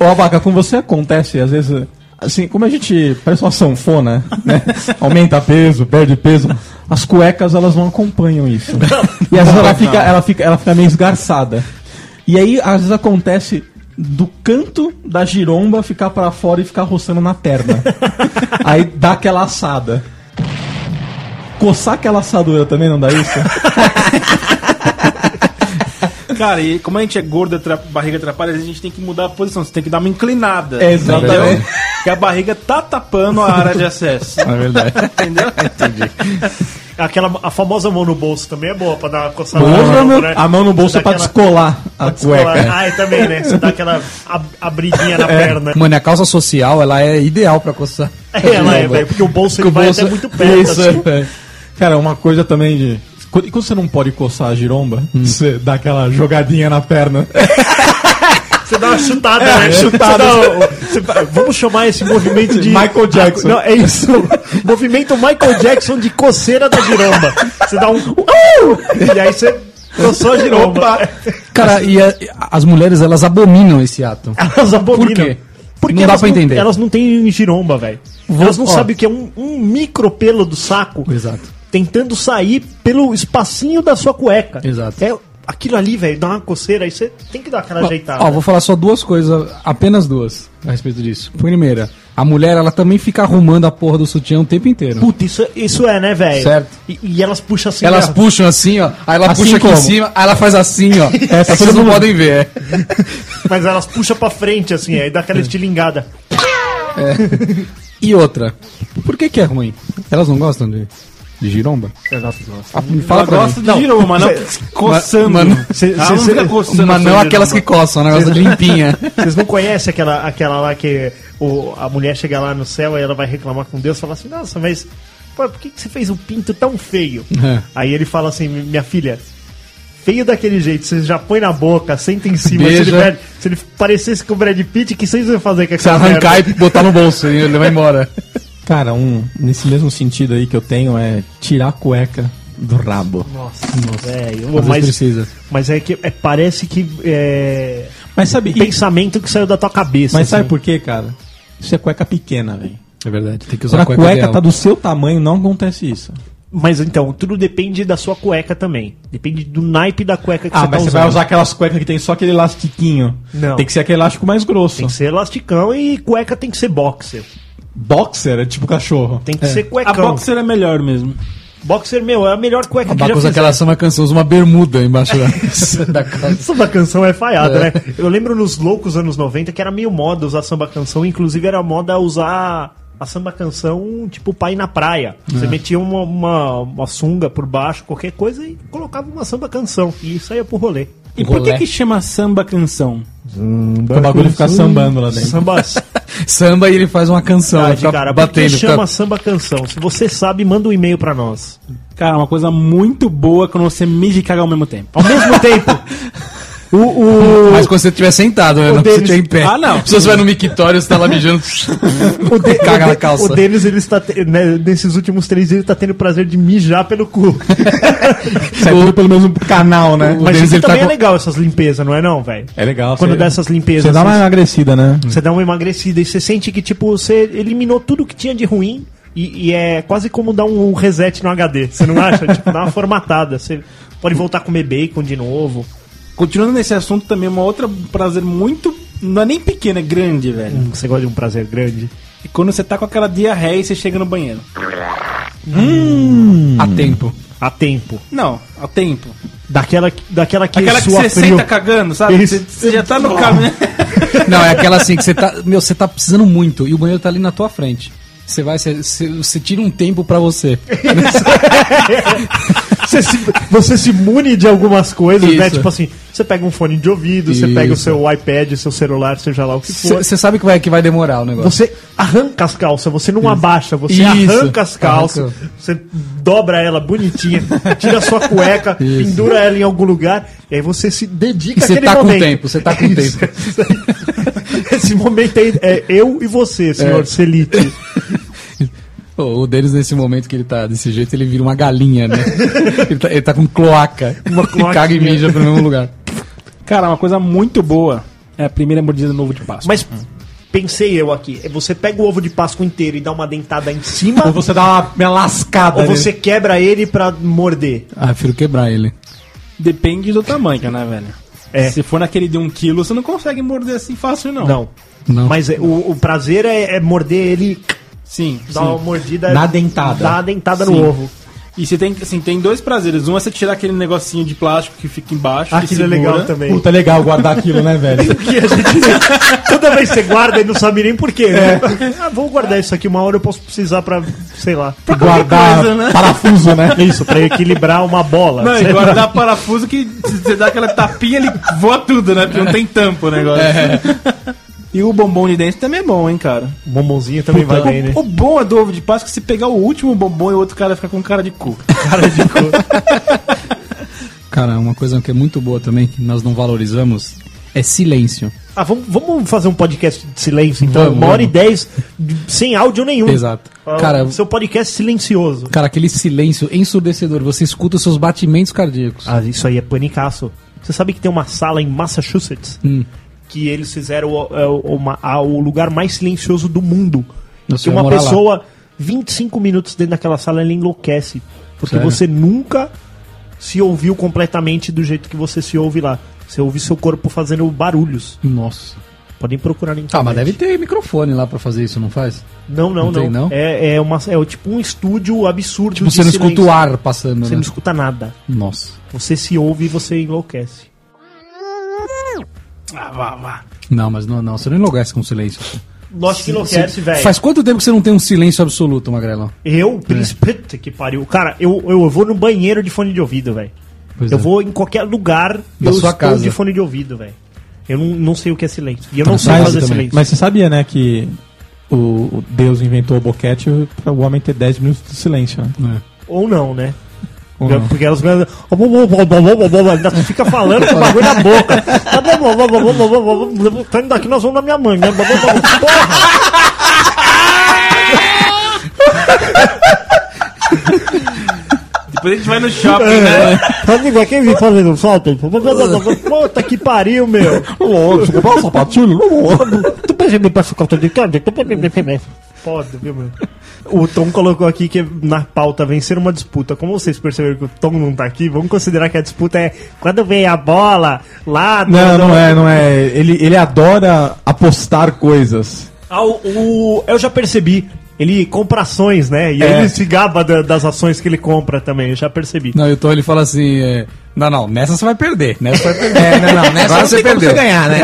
S2: Ô, ô, abaca, com você acontece, às vezes. Assim, como a gente parece uma sanfona, né? Aumenta peso, perde peso. As cuecas, elas não acompanham isso. E às vezes ela fica, ela fica, ela fica meio esgarçada. E aí, às vezes acontece do canto da giromba ficar pra fora e ficar roçando na perna. Aí dá aquela assada. Coçar aquela assadura também não dá isso?
S3: Cara, e como a gente é gordo, a barriga atrapalha, a gente tem que mudar a posição. Você tem que dar uma inclinada.
S2: É, exatamente.
S3: entendeu? Que a barriga tá tapando a área de acesso.
S4: É verdade.
S5: Aquela a famosa mão no bolso também é boa pra dar uma coçada
S2: Ou
S5: no
S2: a mão-
S5: ombro, né?
S2: a mão no bolso
S5: Você
S2: é pra
S5: dá aquela-
S2: descolar a
S5: pra descolar.
S2: cueca.
S5: Ah, e também, né? Você dá aquela ab- abridinha na perna.
S4: Mano, e a calça social, ela é ideal pra coçar.
S5: É, ela é, velho, porque o bolso ele vai até muito perto, assim.
S4: é.
S2: Cara, uma coisa também de. Quando, e quando você não pode coçar a giromba, você dá aquela jogadinha na perna. É
S5: Você dá uma chutada, né?
S2: chutada.
S5: Você dá o- você vai- vamos chamar esse movimento de.
S2: Michael Jackson.
S5: Não, é isso. movimento Michael Jackson de coceira da giromba. Você dá um. e aí você coçou a giromba.
S4: Cara, e a- e as mulheres, elas abominam esse ato.
S5: Elas
S4: Por
S5: abominam.
S4: quê?
S5: Porque
S4: Não dá
S5: elas
S4: pra entender.
S5: Elas não têm um giromba, velho. Elas não sabem o que é um, um micro pelo do saco.
S4: Exato.
S5: Tentando sair pelo espacinho da sua cueca.
S4: Exato.
S5: É aquilo ali, velho, dá uma coceira, aí você tem que dar aquela ajeitada.
S4: Ó, vou falar só duas coisas, apenas duas, a respeito disso. Primeira, a mulher, ela também fica arrumando a porra do sutiã o tempo inteiro.
S5: Puta, isso, isso é, né, velho?
S4: Certo.
S5: E, e elas puxam assim.
S4: Elas
S5: né?
S4: puxam assim, ó. Aí ela
S2: Assim
S4: puxa aqui
S2: como?
S4: em cima, aí ela faz assim, ó. É,
S2: tá
S4: vocês
S2: todo
S4: não
S2: mundo-
S4: podem ver. é.
S5: Mas elas puxam pra frente, assim, aí dá aquela estilingada.
S4: E outra, por que que é ruim? Elas não gostam de, de giromba? Elas gostam. me fala
S3: Ela
S4: pra mim.
S3: gosta de giromba, mas não tá coçando.
S4: Mas- mas não-
S5: cê-
S3: Ela
S5: cê-
S3: não fica
S5: cê-
S3: coçando. assim,
S4: Mas
S3: a
S2: é
S4: não
S3: sua
S4: aquelas é que
S3: giromba.
S4: coçam, né? Elas de limpinha.
S5: Vocês não conhecem aquela, aquela lá que o, a mulher chega lá no céu e ela vai reclamar com Deus e fala assim: Nossa, mas pô, por que, que você fez um pinto tão feio?
S4: É.
S5: Aí ele fala assim: Minha filha, feio daquele jeito, você já põe na boca, senta em cima. Se
S4: Beija.
S5: ele, perde- se ele parecesse com o Brad Pitt, o que vocês vão fazer com
S4: Você
S5: aquela
S4: arrancar
S5: merda?
S4: e botar no bolso e ele vai embora.
S2: Cara, um. Nesse mesmo sentido aí que eu tenho é tirar a cueca do rabo.
S5: Nossa, velho.
S4: Às vezes
S5: Mas,
S4: precisa.
S5: mas é que é, parece que é
S2: Mas sabe. e-
S5: pensamento que saiu da tua cabeça.
S2: mas sabe
S5: assim.
S2: por quê, cara? Isso é cueca pequena, velho.
S4: É verdade, tem que usar
S2: Quando a cueca,
S4: ideal.
S2: tá do seu tamanho, não acontece isso.
S5: Mas então, tudo depende da sua cueca também. Depende do naipe da cueca que
S2: Ah,
S5: você tá
S2: mas você
S5: usando.
S2: vai usar aquelas cuecas que tem só aquele elastiquinho.
S5: Não.
S2: Tem que ser aquele elástico mais grosso.
S5: Tem que ser elasticão e cueca tem que ser boxer.
S2: Boxer é tipo cachorro.
S5: Tem que ser
S3: A
S5: cuecão. Boxer...
S3: boxer é melhor mesmo.
S5: meu, é a melhor cueca que já
S4: Abaco usa
S5: fizeram.
S4: aquela samba canção, usa uma bermuda embaixo da, da calça.
S5: Samba canção é falhada, né? Eu lembro nos loucos anos 90 que era meio moda usar samba canção. Inclusive era moda usar a samba canção tipo pai na praia. Você metia uma, uma, uma sunga por baixo, qualquer coisa e colocava uma samba canção. E saía pro rolê.
S3: E
S4: O
S3: por que
S4: rolé.
S3: que chama samba canção?
S2: O bagulho fica sambando lá dentro.
S5: Samba
S4: Samba e ele faz uma canção.
S5: Verdade,
S4: fica
S5: cara. Por que
S4: batendo.
S5: chama
S4: fica-
S5: samba canção? Se você sabe, manda um e-mail pra nós.
S3: Cara, uma coisa muito boa quando você mija e caga ao mesmo tempo.
S5: Ao mesmo tempo,
S3: O, o-
S4: Mas quando você estiver sentado, né? Não precisa
S5: Denis-
S4: estiver em pé.
S3: Ah, não.
S4: Se você vai no mictório, você tá lá mijando.
S5: o, De-
S4: Caga
S5: o
S4: na
S5: De-
S4: calça.
S5: o Denis, ele está te- né, nesses últimos três dias, ele tá tendo o prazer de mijar pelo cu.
S2: Sai tudo pelo mesmo canal, né?
S4: O
S5: Mas
S4: Denis,
S5: isso
S4: ele tá
S5: também é
S4: com-
S5: legal, essas limpezas, não é não, velho?
S2: É legal.
S5: Quando
S2: você-
S5: dá essas limpezas,
S2: Você dá uma
S5: assim,
S2: emagrecida, né?
S5: você dá uma emagrecida e você sente que, tipo, você eliminou tudo que tinha de ruim e, e é quase como dar um reset no HD, você não acha? tipo, dá uma formatada, você pode voltar a comer bacon de novo.
S3: Continuando nesse assunto também, uma outra um prazer muito. Não é nem pequeno, é grande, velho.
S5: Hum, Você gosta de um prazer grande?
S3: E quando você tá com aquela diarreia e você chega no banheiro.
S4: a tempo.
S5: A tempo.
S3: Não, ao tempo.
S5: Daquela, daquela que
S3: Aquela que
S5: sua
S3: você
S5: frio.
S3: senta cagando, sabe?
S5: Isso.
S3: Você, você já tá no caminho.
S4: Não, é aquela assim que você tá. Meu, você tá precisando muito e o banheiro tá ali na tua frente. Você vai, você, você- você tira um tempo pra você.
S5: Você se, você se mune de algumas coisas, né?
S4: Isso.
S5: Tipo assim, você pega um fone de ouvido, você
S4: Isso.
S5: pega o seu iPad, seu celular, seja lá o que
S4: Você
S5: for.
S4: você sabe que vai, que vai demorar o negócio.
S5: Você arranca as calças, você não abaixa, você
S4: Isso.
S5: arranca as calças,
S4: Arrancou.
S5: você dobra ela bonitinha, tira a sua cueca, pendura ela em algum lugar, e aí você se dedica
S4: E você
S5: àquele
S4: tá com
S5: momento.
S4: tempo, você tá com
S5: Isso,
S4: tempo.
S5: isso aí. Esse momento aí é eu e você, senhor
S4: É.
S5: Celite.
S4: Pô, o deles, nesse momento que ele tá desse jeito, ele vira uma galinha, né? ele, tá, ele tá com cloaca.
S5: Uma
S4: e caga e
S5: cloaquinha.
S4: mija pro mesmo lugar.
S3: Cara, uma coisa muito boa é a primeira mordida do novo de Páscoa.
S5: Mas pensei eu aqui, é você pega o ovo de Páscoa inteiro e dá uma dentada em cima,
S2: Ou você dá uma, uma lascada.
S5: ou
S2: nele.
S5: você quebra ele pra morder.
S4: Ah, eu prefiro quebrar ele.
S3: Depende do tamanho, né, velho?
S5: É.
S3: Se for naquele de um quilo, você não consegue morder assim fácil, não.
S5: Não.
S4: Não.
S5: Mas é- o, o prazer é, é morder ele,
S3: Sim,
S5: dar
S3: sim.
S5: uma mordida.
S2: Dá a dentada.
S5: Dá a dentada
S3: Sim.
S5: no ovo.
S3: E você tem, assim, tem dois prazeres. Um é você tirar aquele negocinho de plástico que fica embaixo. Ah, que
S5: Aquilo é
S3: segura.
S5: legal também.
S2: Puta, é legal guardar aquilo, né, velho?
S5: Que a gente- toda vez que você guarda e não sabe nem porquê. Né? Ah, vou guardar isso aqui, uma hora eu posso precisar pra, sei lá.
S2: guardar
S3: coisa, né?
S2: parafuso, né?
S5: Isso, pra equilibrar uma bola.
S3: Não,
S5: Sei
S3: e
S5: lá.
S3: guardar parafuso que você dá aquela tapinha, ele voa tudo, né? Porque não tem tampa o negócio. E o bombom de dente também é bom, hein, cara.
S5: Bombonzinho também
S3: O,
S5: vai bem, né?
S3: o bom é do ovo de Páscoa se pegar o último bombom e o outro cara fica com cara de cu.
S5: Cara de cor.
S4: Cara, uma coisa que é muito boa também, que nós não valorizamos, é silêncio.
S5: Ah, vamos, vamos fazer um podcast de silêncio, então.
S4: Vamos,
S5: uma hora
S4: vamos.
S5: e dez, de- sem áudio nenhum.
S4: Exato.
S5: Ah,
S4: Cara,
S5: seu podcast silencioso.
S4: cara, aquele silêncio ensurdecedor, você escuta os seus batimentos cardíacos.
S5: Ah, isso aí é panicaço. Você sabe que tem uma sala em Massachusetts
S4: Hum.
S5: que eles fizeram o, é, o- uma- a- o lugar mais silencioso do mundo.
S4: Nossa,
S5: que
S4: eu ia
S5: uma
S4: morar lá.
S5: pessoa, 25 minutos dentro daquela sala, ela enlouquece. Porque
S4: Sério?
S5: você nunca se ouviu completamente do jeito que você se ouve lá. Você ouve seu corpo fazendo barulhos.
S4: Nossa.
S5: Podem procurar na internet.
S4: Ah, mas deve ter microfone lá pra fazer isso, não faz?
S5: Não,
S4: Não
S5: não, não.
S4: tem, não?
S5: É, é, uma, é tipo um estúdio absurdo
S4: Tipo, você não
S5: silêncio.
S4: escuta o ar passando,
S5: Você
S4: né?
S5: não escuta nada.
S4: Nossa.
S5: Você se ouve e você enlouquece.
S4: Não, mas não, não, você não enlouquece com silêncio.
S5: Lógico que enlouquece, velho.
S4: Faz quanto tempo que você não tem um silêncio absoluto, Magrelão?
S5: Eu, príncipe, puta que pariu. Cara, eu, eu vou no banheiro de fone de ouvido, velho.
S4: Pois
S5: Eu
S4: é.
S5: vou em qualquer lugar,
S4: Da
S5: eu
S4: sua casa.
S5: de fone de ouvido, velho. Eu não, não sei o que é silêncio. E eu não
S4: Mas
S5: sei
S4: faz
S5: fazer
S4: também.
S5: silêncio.
S2: Mas você sabia, né, que o o Deus inventou o boquete pra o homem ter 10 minutos de silêncio, né?
S5: Ou não, né?
S2: Ou
S5: Eu-
S2: não?
S5: Porque elas ainda fica falando com o bagulho na boca. Tá indo daqui, nós vamos na minha mãe, né? Porra!
S3: Depois a gente vai no shopping,
S2: É.
S3: né?
S5: É. Sabe igual quem um vem fazendo solta? Puta que pariu, meu!
S2: Lógico, dá um sapatilho.
S5: Tu percebeu pra calça de câmbio? Tu percebeu? Foda, viu, mano? O Tom colocou aqui que na pauta vencer uma disputa. Como vocês perceberam que o Tom não tá aqui, vamos considerar que a disputa é quando vem a bola lá.
S2: Não, não é, não é. Ele, ele adora apostar coisas.
S5: Ah, o, o- eu já percebi. Ele compra ações, né? E
S2: É.
S5: ele se gaba da- das ações que ele compra também, eu já percebi.
S4: Não, e o Tom ele fala assim: é, Não, não, nessa você vai perder. Nessa você vai perder. É, não, não, nessa você perdeu. ganhar, né?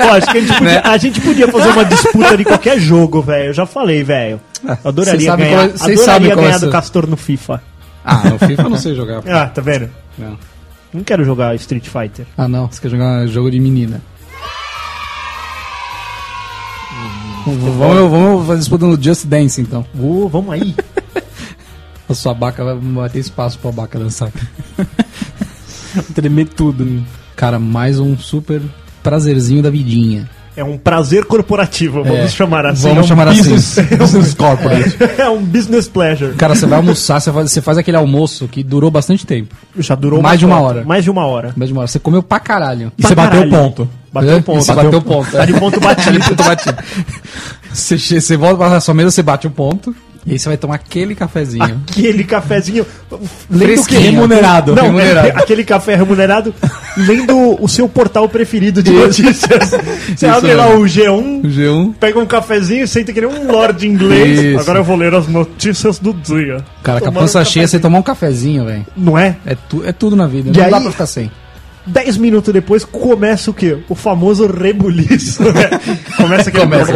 S5: Ó, acho que a gente, podia,
S4: Né?
S5: a gente podia fazer uma disputa de qualquer jogo, velho. Eu já falei, velho.
S4: Ah, Vocês
S5: Adoraria
S4: sabem
S5: ganhar,
S4: qual é- vocês sabem
S5: adoraria
S4: qual é
S5: ganhar
S4: essa-
S5: do Castor no FIFA.
S4: Ah, no FIFA eu não sei jogar.
S5: Ah, tá vendo?
S4: Não.
S5: Não quero jogar Street Fighter.
S4: Ah, não. Você quer jogar jogo de menina. Vamos, vamos, vamos fazer disputando no Just Dance, então.
S5: Ô, vamos aí.
S4: A sua abaca vai- vai ter espaço pra abaca dançar.
S3: Tremer tudo.
S4: Cara, mais um super prazerzinho da vidinha.
S5: É um prazer corporativo, vamos
S4: É.
S5: chamar assim.
S4: Vamos
S5: é um
S4: chamar assim.
S5: business-
S4: Business corporate.
S5: é um business pleasure.
S4: Cara, você vai almoçar, você faz, você faz aquele almoço que durou bastante tempo.
S5: Já durou
S4: Mais de uma
S5: cota.
S4: hora.
S5: Mais de uma hora.
S4: Mais de uma hora. Você comeu pra caralho.
S2: E você
S5: Pra
S2: bateu o
S5: caralho.
S2: ponto.
S5: Bateu
S4: É?
S5: ponto.
S4: Você bateu o ponto.
S5: Tá de ponto batido.
S4: Tá de ponto batido. Você, che- você volta pra sua mesa, você bate o ponto. E aí você vai tomar aquele cafezinho.
S5: Aquele cafezinho. Lendo o quê?
S4: Fresquinho. né?
S2: Remunerado.
S5: Não,
S4: Remunerado.
S5: é, aquele café remunerado lendo o seu portal preferido de notícias. Você
S4: Isso
S5: abre lá
S4: mesmo.
S5: o G1,
S4: G1.
S5: pega um cafezinho e senta que nem um lord inglês.
S4: Isso.
S5: Agora eu vou ler as notícias do dia.
S4: Cara, com a
S5: Tomando
S4: pança
S5: um
S4: cheia, você
S5: cafezinho.
S4: tomar um cafezinho, velho.
S5: Não é?
S4: É, tu- é tudo na vida.
S5: E
S4: Não dá
S5: aí-
S4: pra ficar sem.
S5: Dez minutos depois começa o quê? O famoso rebuliço. né? Começa aquele.
S4: Começa.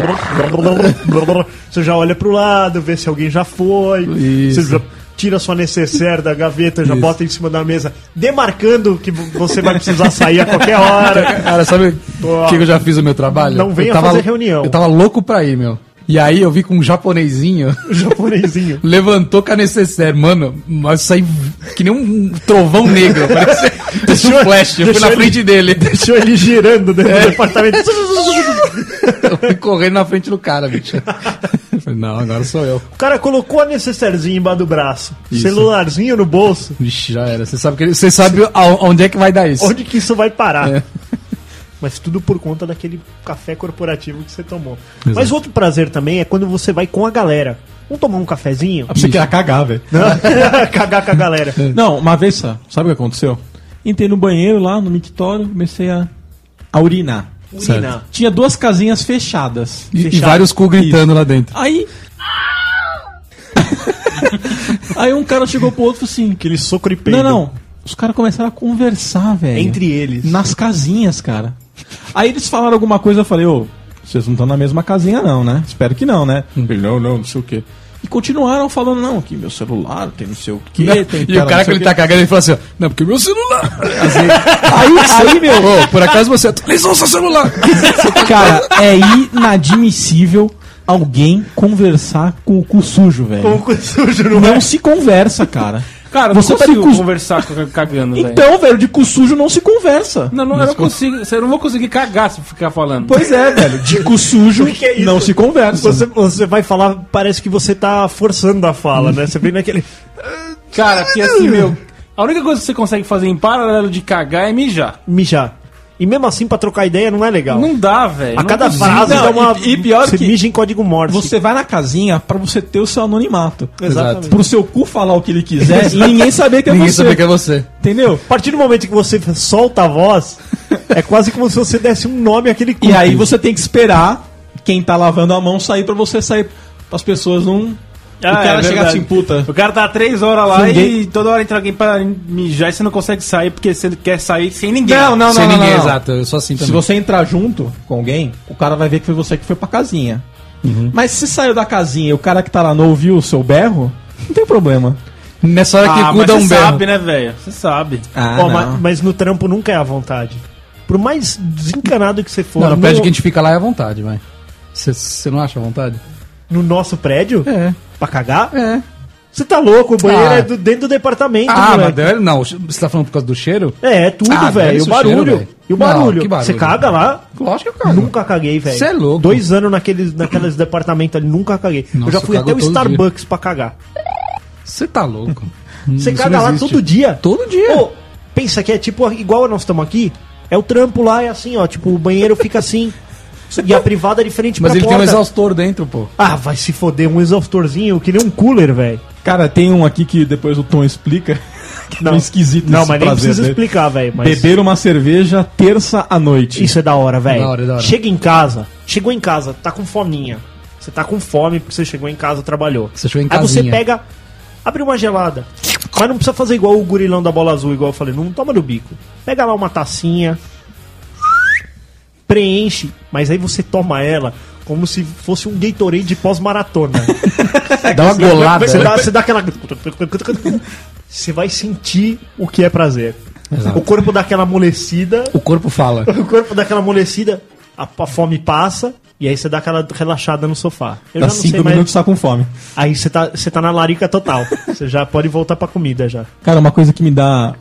S5: Você já olha pro lado, vê se alguém já foi.
S4: Isso.
S5: Você já tira sua necessaire da gaveta, já
S4: Isso.
S5: bota em cima da mesa, demarcando que vo- você vai precisar sair a qualquer hora.
S4: Cara, sabe o que eu já fiz no meu trabalho?
S5: Não venha
S4: eu tava,
S5: fazer reunião.
S4: Eu tava louco pra ir, meu. E aí eu vi com um japonesinho
S5: O japonesinho.
S4: levantou com a necessaire. Mano, mas eu saí que nem um trovão negro. Parecia parecia um flash. Eu fui
S5: deixou
S4: na
S5: ele-
S4: frente dele.
S5: Deixou ele girando dentro
S2: É.
S5: do departamento.
S4: Eu fui correndo na frente do cara, bicho. Eu falei, Não, agora sou eu.
S5: O cara colocou a necessairezinha embaixo do braço, celularzinho no bolso.
S4: Vixe, já era. Você sabe, que ele- você sabe ao- onde é que vai dar isso.
S5: Onde que isso vai parar?
S4: É.
S5: Mas tudo por conta daquele café corporativo que você tomou. Mas outro prazer também é quando você vai com a galera. Vamos tomar um cafezinho?
S2: Você queria cagar, velho.
S5: Cagar com a galera.
S2: Não, uma vez só. Sabe o que aconteceu? Entrei no banheiro lá, no mictório, comecei a, a urinar.
S5: Urinar.
S2: Tinha duas casinhas fechadas.
S4: E- E,
S2: Fechado.
S4: vários cu gritando lá dentro.
S2: Aí. Aí um cara chegou pro outro e falou assim:
S5: Aquele soco de peido.
S2: Não, não. Os caras começaram a conversar, velho.
S5: Entre eles.
S2: Nas casinhas, cara. Aí eles falaram alguma coisa, eu falei, ô, vocês não estão na mesma casinha não, né? Espero que não, né? Ele, não, não, não sei o quê. E continuaram falando, não, que meu celular tem não sei o quê, tem
S4: e o cara que
S2: não sei
S4: ele tá cagando, ele fala assim: ó, Não, porque meu celular.
S2: Aí, aí, meu,
S4: Ô, por acaso você atualizou seu celular.
S2: cara, é inadmissível alguém conversar com o cu sujo, velho.
S5: Pouco sujo no
S2: Não se conversa, cara.
S3: Cara, eu
S2: Você
S3: não consigo
S2: fica-
S3: conversar com- cagando, velho.
S2: Então, velho, de cu sujo não se conversa.
S3: Não, não, eu não consigo. Eu não vou conseguir cagar se ficar falando.
S2: Pois é, velho, de cu sujo
S5: O que é isso?
S2: não se conversa.
S5: Você, você vai falar, parece que você tá forçando a fala, né? Você vem naquele.
S3: Cara,
S2: é.
S3: porque assim, meu. A única coisa que você consegue fazer em paralelo de cagar é mijar.
S5: mijar. E mesmo assim, pra trocar ideia, não é legal.
S3: Não dá, velho.
S5: a
S3: Não
S5: cada
S3: consigo.
S5: frase
S2: Não,
S5: dá uma.
S2: e- e pior
S5: você
S2: que-
S5: mija em código morse.
S2: Você vai na casinha pra você ter o seu anonimato.
S5: Exatamente.
S2: Pro seu cu falar o que ele quiser e ninguém saber que é
S4: Ninguém
S2: você.
S4: sabia que é você.
S2: Entendeu?
S5: A partir do momento que você solta a voz, é quase como se você desse um nome àquele cu.
S2: E
S4: é
S2: aí você tem que esperar quem tá lavando a mão sair pra você sair. As pessoas não.
S3: Ah,
S2: o cara chegar
S3: é verdade.
S2: assim, puta.
S3: O cara tá três horas lá
S2: Ninguém-
S3: e toda hora entra alguém pra mijar e você não consegue sair porque você quer sair sem ninguém.
S2: Não, não, não,
S4: Sem
S2: não,
S4: ninguém,
S2: não.
S4: exato. Eu sou assim
S2: Se
S4: também.
S2: você entrar junto com alguém, o cara vai ver que foi você que foi pra casinha.
S5: Uhum.
S2: Mas se saiu da casinha e o cara que tá lá não ouviu o seu berro, não tem problema.
S4: Nessa hora que
S3: Ah,
S4: cu
S3: mas
S4: dá
S3: você
S4: um berro.
S3: sabe, né, velho? Você sabe.
S2: Ah,
S5: Ó, ma- mas, no trampo nunca é à vontade. Por mais desencanado que você for,
S4: Não, no
S5: no,
S4: prédio que a gente fica lá é à vontade, vai. Você- Você não acha à vontade?
S5: no nosso prédio,
S4: É,
S5: pra cagar,
S4: é.
S5: você tá louco, o banheiro
S4: Ah.
S5: é do- dentro do departamento,
S4: Ah,
S5: moleque.
S4: mas não, você tá falando por causa do cheiro?
S5: É, é tudo,
S4: Ah, dane-se
S5: velho. E o
S4: o cheiro,
S5: barulho.
S4: velho.
S5: e o
S4: Não,
S5: barulho.
S4: que barulho.
S5: Você caga lá?
S4: Lógico que eu cago.
S5: Nunca caguei, velho.
S4: Cê é louco.
S5: Dois anos naqueles, naqueles departamentos ali, nunca caguei. eu
S4: Nossa,
S5: já fui
S4: eu cago
S5: até
S4: todo
S5: o
S4: dia.
S5: Starbucks pra cagar.
S4: Você tá louco.
S5: Você
S4: Isso
S5: caga
S4: não
S5: lá
S4: existe.
S5: todo dia.
S4: Todo dia.
S5: Ô, pensa que é tipo, igual nós estamos aqui, é o trampo lá, é assim, ó. Tipo, o banheiro fica assim. e a privada é de frente
S4: mas
S5: pra
S4: ele tem um
S5: porta.
S4: exaustor dentro, pô.
S5: Ah, vai se foder um exaustorzinho que nem um cooler, velho.
S2: Cara, tem um aqui que depois o Tom explica. Que é um esquisito
S5: Não,
S2: esse
S5: mas nem
S2: prazer
S5: precisa
S4: né?
S2: dele.
S5: explicar, velho. Mas
S2: Beber uma cerveja terça à noite.
S5: isso é da hora,
S4: Da hora, da
S5: velho.
S4: hora.
S5: Chega em casa, chegou em casa, tá com fominha. Você tá com fome porque você chegou em casa, trabalhou.
S4: Você chegou em
S5: Aí você
S4: casinha.
S5: pega, abre uma gelada. Mas não precisa fazer igual o gorilão da bola azul, igual eu falei, não toma no bico. Pega lá uma tacinha, preenche, mas aí você toma ela como se fosse um Gatorade de pós-maratona.
S4: Dá uma golada.
S5: Você dá, você dá aquela. Você vai sentir o que é prazer. O corpo dá aquela amolecida,
S4: O corpo fala.
S5: o corpo dá aquela amolecida, a, a fome passa, e aí você dá aquela relaxada no sofá. Eu
S2: Dá
S5: já não sei
S2: cinco
S5: mais.
S2: minutos tá com fome.
S5: Aí você tá, você tá na larica total. você já pode voltar pra comida já.
S2: Cara, uma coisa que me dá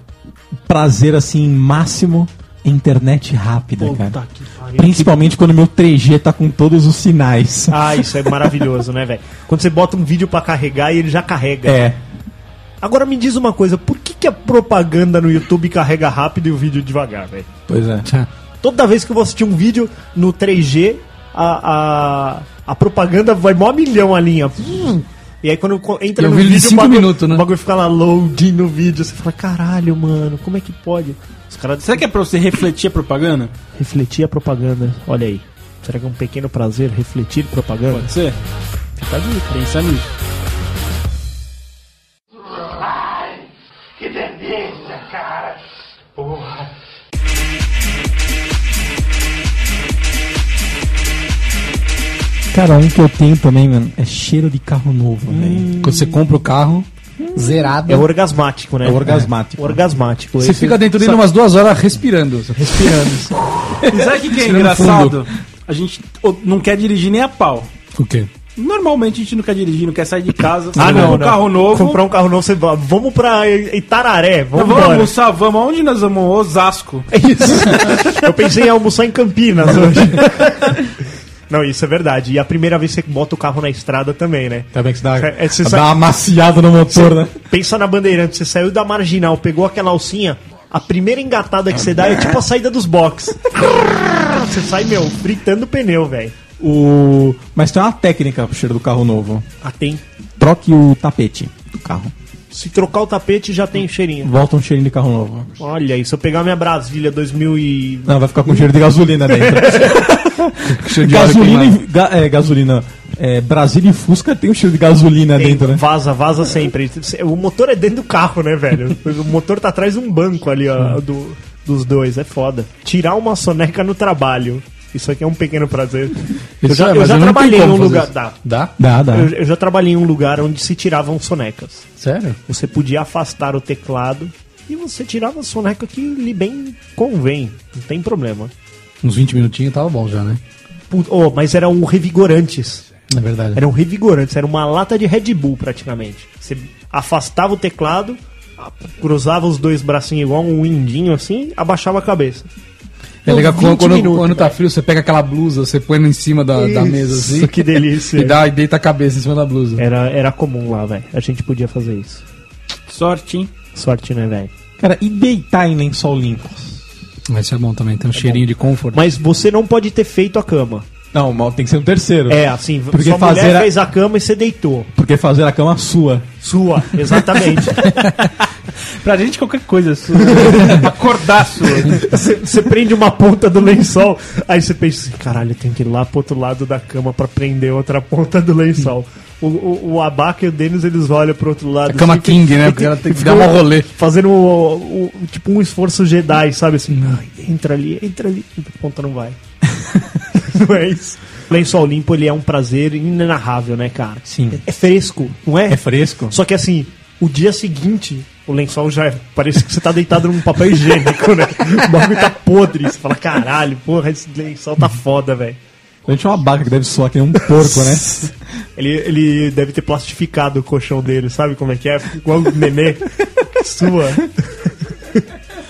S2: prazer assim máximo é internet rápida, cara.
S5: Puta que pariu.
S2: Principalmente quando meu 3G tá com todos os sinais.
S5: Ah, isso é maravilhoso, né, velho? Quando você bota um vídeo pra carregar e ele já carrega.
S2: É.
S5: Agora me diz uma coisa, por que, que a propaganda no YouTube carrega rápido e o vídeo devagar, velho?
S2: Pois é.
S5: Toda vez que eu vou assistir um vídeo no 3G, a, a, a propaganda vai mó milhão a linha. Hum. E aí quando eu co- entra
S4: E o
S5: no
S4: vídeo de
S5: vídeo,
S4: cinco
S5: o, bagulho,
S4: minutos, né?
S5: o bagulho fica lá loading no vídeo. Você fala, caralho, mano, como é que pode? Os caras
S3: Será que é pra você refletir a propaganda?
S5: refletir a propaganda. Olha aí. Será que é um pequeno prazer refletir propaganda?
S3: Pode ser? Fica a dica, pensa nisso.
S6: Ai, que delícia, cara. Porra.
S2: Cara, um que eu tenho também, mano, é cheiro de carro novo,
S5: Hum,
S2: velho.
S4: Quando você compra o carro, zerado.
S5: É orgasmático, né?
S2: É orgasmático.
S5: Orgasmático.
S4: Você
S5: Esse-
S4: fica dentro dele umas duas horas respirando.
S3: E sabe o que, que é
S4: Tirando
S3: engraçado? A gente o- não quer dirigir nem a pau.
S4: O quê?
S3: Normalmente a gente não quer dirigir, não quer sair de casa.
S5: Ah,
S3: Você
S5: não,
S3: compra
S5: não.
S3: Um carro novo.
S5: Comprar um carro novo, você fala, vamos pra Itararé,
S3: Não,
S5: vamos,
S3: vamos
S5: embora.
S3: almoçar, vamos. Aonde nós vamos? Osasco.
S5: É isso. Eu pensei em almoçar em Campinas hoje. Não, isso é verdade. E a primeira vez que você bota o carro na estrada também, né?
S2: Também que você dá,
S5: É, é, você
S2: dá
S5: sai-
S2: uma amaciada no motor, né?
S5: Pensa na bandeirante, você saiu da marginal, pegou aquela alcinha, a primeira engatada que você dá é tipo a saída dos box. Você sai, meu, fritando o pneu, velho.
S2: O... Mas tem uma técnica pro cheiro do carro novo.
S5: Ah, tem.
S2: Troque o tapete do carro.
S5: Se trocar o tapete já tem cheirinho.
S2: Volta um cheirinho de carro novo.
S5: Olha, e se eu pegar minha Brasília 2000 e...
S2: Não, vai ficar com cheiro de gasolina dentro.
S4: Cheio de óleo
S2: gasolina,
S4: queimado.
S2: e- ga- é, gasolina. É, Brasília e Fusca tem um cheiro de gasolina
S5: Tem,
S2: dentro, né?
S5: Vaza, vaza sempre. O motor é dentro do carro, né, velho? O motor tá atrás de um banco ali, ó, do- dos dois. É foda. Tirar uma soneca no trabalho. Isso aqui é um pequeno prazer. Eu
S4: Isso
S5: já,
S4: é,
S5: eu
S4: mas
S5: já
S4: não
S5: trabalhei
S4: tenho
S5: em um
S4: como fazer
S5: lugar.
S4: isso.
S5: Dá.
S4: Dá?
S2: Dá, dá.
S5: Eu, eu já trabalhei em um lugar onde se tiravam sonecas.
S4: Sério?
S5: Você podia afastar o teclado e você tirava a soneca que lhe bem convém. Não tem problema.
S4: Uns 20 minutinhos tava bom já, né?
S5: Put- Oh, mas era um revigorantes.
S4: Na verdade.
S5: Eram revigorantes, era uma lata de Red Bull praticamente. Você afastava o teclado, a- cruzava os dois bracinhos igual um indinho assim, abaixava a cabeça.
S4: É legal
S5: uns
S4: quando,
S5: 20
S4: quando,
S5: minutos,
S4: quando tá frio, você pega aquela blusa, você põe em cima da, da mesa
S5: Isso,
S4: assim.
S5: que delícia.
S4: E, dá, e deita a cabeça em cima da blusa.
S5: Era, era comum lá, velho. A gente podia fazer isso.
S3: Sorte, hein?
S5: Sorte, né, velho?
S2: Cara, e deitar em lençol limpo?
S4: Mas isso é bom também, tem um cheirinho de conforto.
S5: Mas você não pode ter feito a cama.
S2: Não, mal tem que ser um terceiro.
S5: É, assim,
S2: Porque
S5: sua
S2: fazer
S5: mulher
S2: a-
S5: fez a cama e você deitou.
S2: Porque fazer a cama sua.
S5: Sua, exatamente.
S3: Pra gente qualquer coisa assim. sua. Acordar sua.
S5: Você você prende uma ponta do lençol, aí você pensa assim, caralho, eu tenho que ir lá pro outro lado da cama pra prender outra ponta do lençol. O, o, o Abaca e o Denis, eles olham pro outro lado.
S4: A cama
S5: assim,
S4: king, né?
S5: e-
S4: Porque ela tem que
S5: e
S4: dar um
S5: ficam
S4: rolê.
S5: Fazendo o- o- tipo um esforço Jedi, sabe? Assim, "Ai, entra ali, entra ali. A ponta não vai. não é isso. Lençol limpo, ele é um prazer inenarrável, né, cara?
S2: Sim.
S5: É fresco, não é?
S2: É fresco?
S5: Só que assim, o dia seguinte, o lençol já é- parece que você tá deitado num papel higiênico, né? O bagulho tá podre. Você fala, caralho, porra, esse lençol tá foda, velho.
S2: A gente é uma vaca que deve suar que nem um porco, né?
S5: Ele, ele deve ter plastificado o colchão dele, sabe como é que é? Igual o nenê. Sua.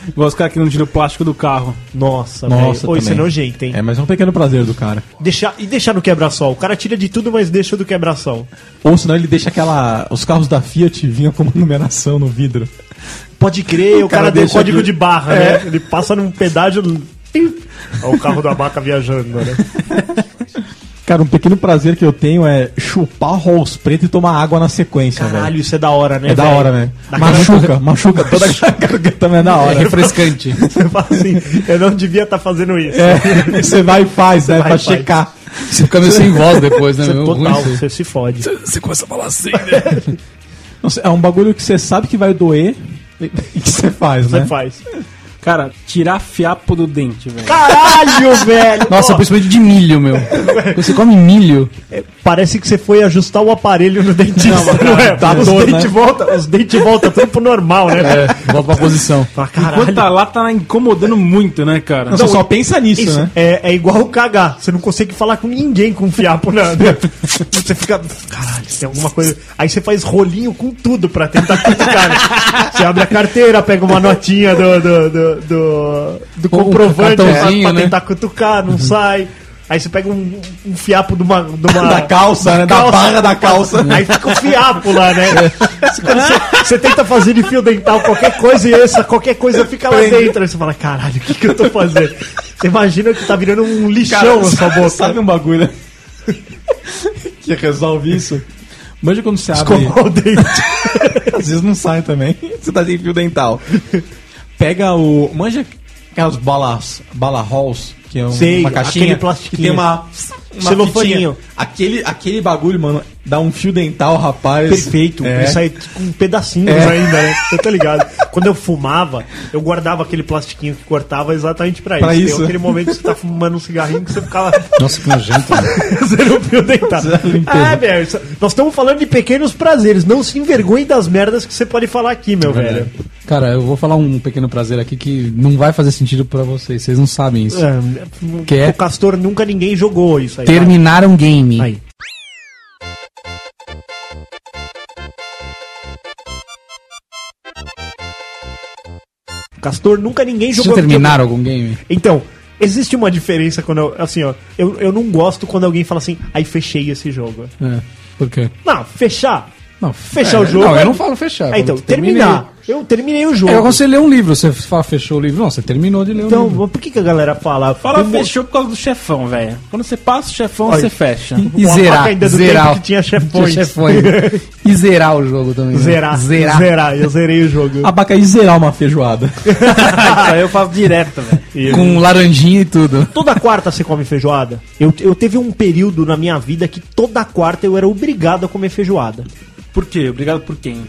S3: Igual os caras que não tiram o plástico do carro.
S5: Nossa,
S2: Nossa,
S5: velho. Ô, isso é
S2: também.
S5: nojento, hein?
S2: É, mas é um pequeno prazer do cara.
S5: Deixar, e deixar no quebra-sol. O cara tira de tudo, mas deixa do quebra-sol.
S2: Ou senão ele deixa aquela. Os carros da Fiat vinham com uma numeração no vidro.
S5: Pode crer, o,
S2: cara
S5: cara, deu um
S2: deixa É.
S5: código
S2: de-
S5: de barra, né? Ele passa num pedágio. Olha o carro da vaca viajando,
S2: É,
S5: né?
S2: Cara, um pequeno prazer que eu tenho é chupar rolls preto e tomar água na sequência,
S5: Caralho,
S2: velho.
S5: isso é da hora, né?
S2: É da
S5: velho?
S2: hora, né?
S5: Daquela-
S2: Machuca, machuca toda a garganta, mas é da
S4: É
S2: hora.
S4: refrescante.
S5: Você fala assim, eu não devia estar fazendo isso.
S2: É, você vai e faz, né?
S5: vai
S2: pra
S5: e faz.
S2: checar.
S4: Você fica meio sem voz depois, né?
S5: Você,
S4: Meio ruim
S5: é total,
S4: isso.
S5: você se fode.
S4: Você começa a falar assim, né?
S2: Não sei, É um bagulho que você sabe que vai doer e e que você faz,
S5: Você
S2: né?
S5: faz.
S3: Cara, tirar fiapo do dente, velho.
S5: Caralho, velho!
S4: Nossa,
S5: Ó,
S4: principalmente de milho, meu. Quando Você come milho.
S5: Parece que você foi ajustar o aparelho no dentista, não, é?
S2: tá
S5: os
S2: dor,
S5: dentes
S2: né?
S5: volta, os dentes volta tudo pro normal, né?
S10: É, volta pra posição.
S5: Pra caralho.
S3: Enquanto tá lá, tá incomodando muito, né, cara?
S2: Não, você só pensa nisso,
S5: Isso,
S2: né?
S5: é, é igual o cagar. Você não consegue falar com ninguém com um fiapo na. você fica. Caralho, tem alguma coisa. Aí você faz rolinho com tudo pra tentar criticar. né? Você abre a carteira, pega uma notinha do, do, do, do, do
S10: Ou um
S5: comprovante pra,
S10: cartãozinho,
S5: pra
S10: né?
S5: tentar cutucar, não sai. Aí você pega um, um fiapo de uma. De uma
S2: Da calça, né? Da
S5: calça.
S2: barra da calça.
S5: Aí fica o fiapo lá, né? Quando Você, você tenta fazer de fio dental qualquer coisa e essa qualquer coisa fica lá dentro. Aí você fala, caralho, o que, que eu tô fazendo? Você imagina que tá virando um lixão
S2: Cara,
S5: na sua
S2: sabe-
S5: boca.
S2: Sabe um bagulho né? que resolve isso? Manja quando você abre,
S5: Escovar o dente.
S2: às vezes não sai também. Você tá sem fio dental. Pega o. Manja aquelas balas, bala halls, que é um-
S5: Sei,
S2: uma caixinha
S5: aquele
S2: que
S5: plastiquinho.
S2: tem uma, uma
S5: Celofaninho.
S2: fitinha. Aquele, aquele bagulho, mano, dá um fio dental, rapaz.
S5: Perfeito,
S2: É.
S5: isso aí com pedacinhos
S2: É.
S5: ainda, né? Você tá ligado? Quando eu fumava, eu guardava aquele plastiquinho que cortava exatamente pra isso.
S2: Pra isso.
S5: Tem aquele momento que você tá fumando um cigarrinho que você ficava
S10: Nossa, que nojento.
S5: Você não viu deitar. Ah, velho, isso- nós estamos falando de pequenos prazeres. Não se envergonhe das merdas que você pode falar aqui, meu velho.
S4: Cara, eu vou falar um pequeno prazer aqui que não vai fazer sentido pra vocês. Vocês não sabem isso.
S5: É,
S4: Que é-
S5: O Castor nunca ninguém jogou isso aí.
S4: Terminar um game.
S5: Aí. Castor nunca ninguém
S4: Vocês já
S5: jogou.
S4: terminaram algum game?
S5: Então, existe uma diferença quando eu, assim, ó, eu, eu não gosto quando alguém fala assim, aí fechei esse jogo.
S4: É. Por quê?
S5: Não, fechar.
S4: Não,
S5: Fechar o jogo.
S4: Não,
S5: é-
S4: eu não falo fechar.
S5: É, então,
S4: eu terminei.
S5: terminar. Eu terminei o jogo.
S4: Eu aconselho ler um livro. Você fala, fechou o livro? Não, você terminou de ler o
S5: Então,
S4: livro.
S5: mas por que, que a galera fala?
S3: Fala,
S5: Tem um-
S3: fechou por causa do chefão, velho. Quando você passa o chefão,
S5: Olha.
S3: você fecha.
S4: E
S5: uma
S4: zerar.
S5: marca ainda do
S4: zerar.
S5: tempo que tinha chefões.
S4: Tinha chefões. e zerar o jogo também. né?
S5: Zerar.
S4: Zerar.
S5: Zerar. Eu zerei o jogo.
S2: Abacaxi zerar uma feijoada.
S3: Isso
S4: Então,
S3: aí eu faço direto, velho.
S5: E-
S4: Com laranjinha e tudo.
S5: Toda quarta você come feijoada? Eu, eu teve um período na minha vida que toda quarta eu era obrigado a comer feijoada.
S3: Por quê? Obrigado por quem?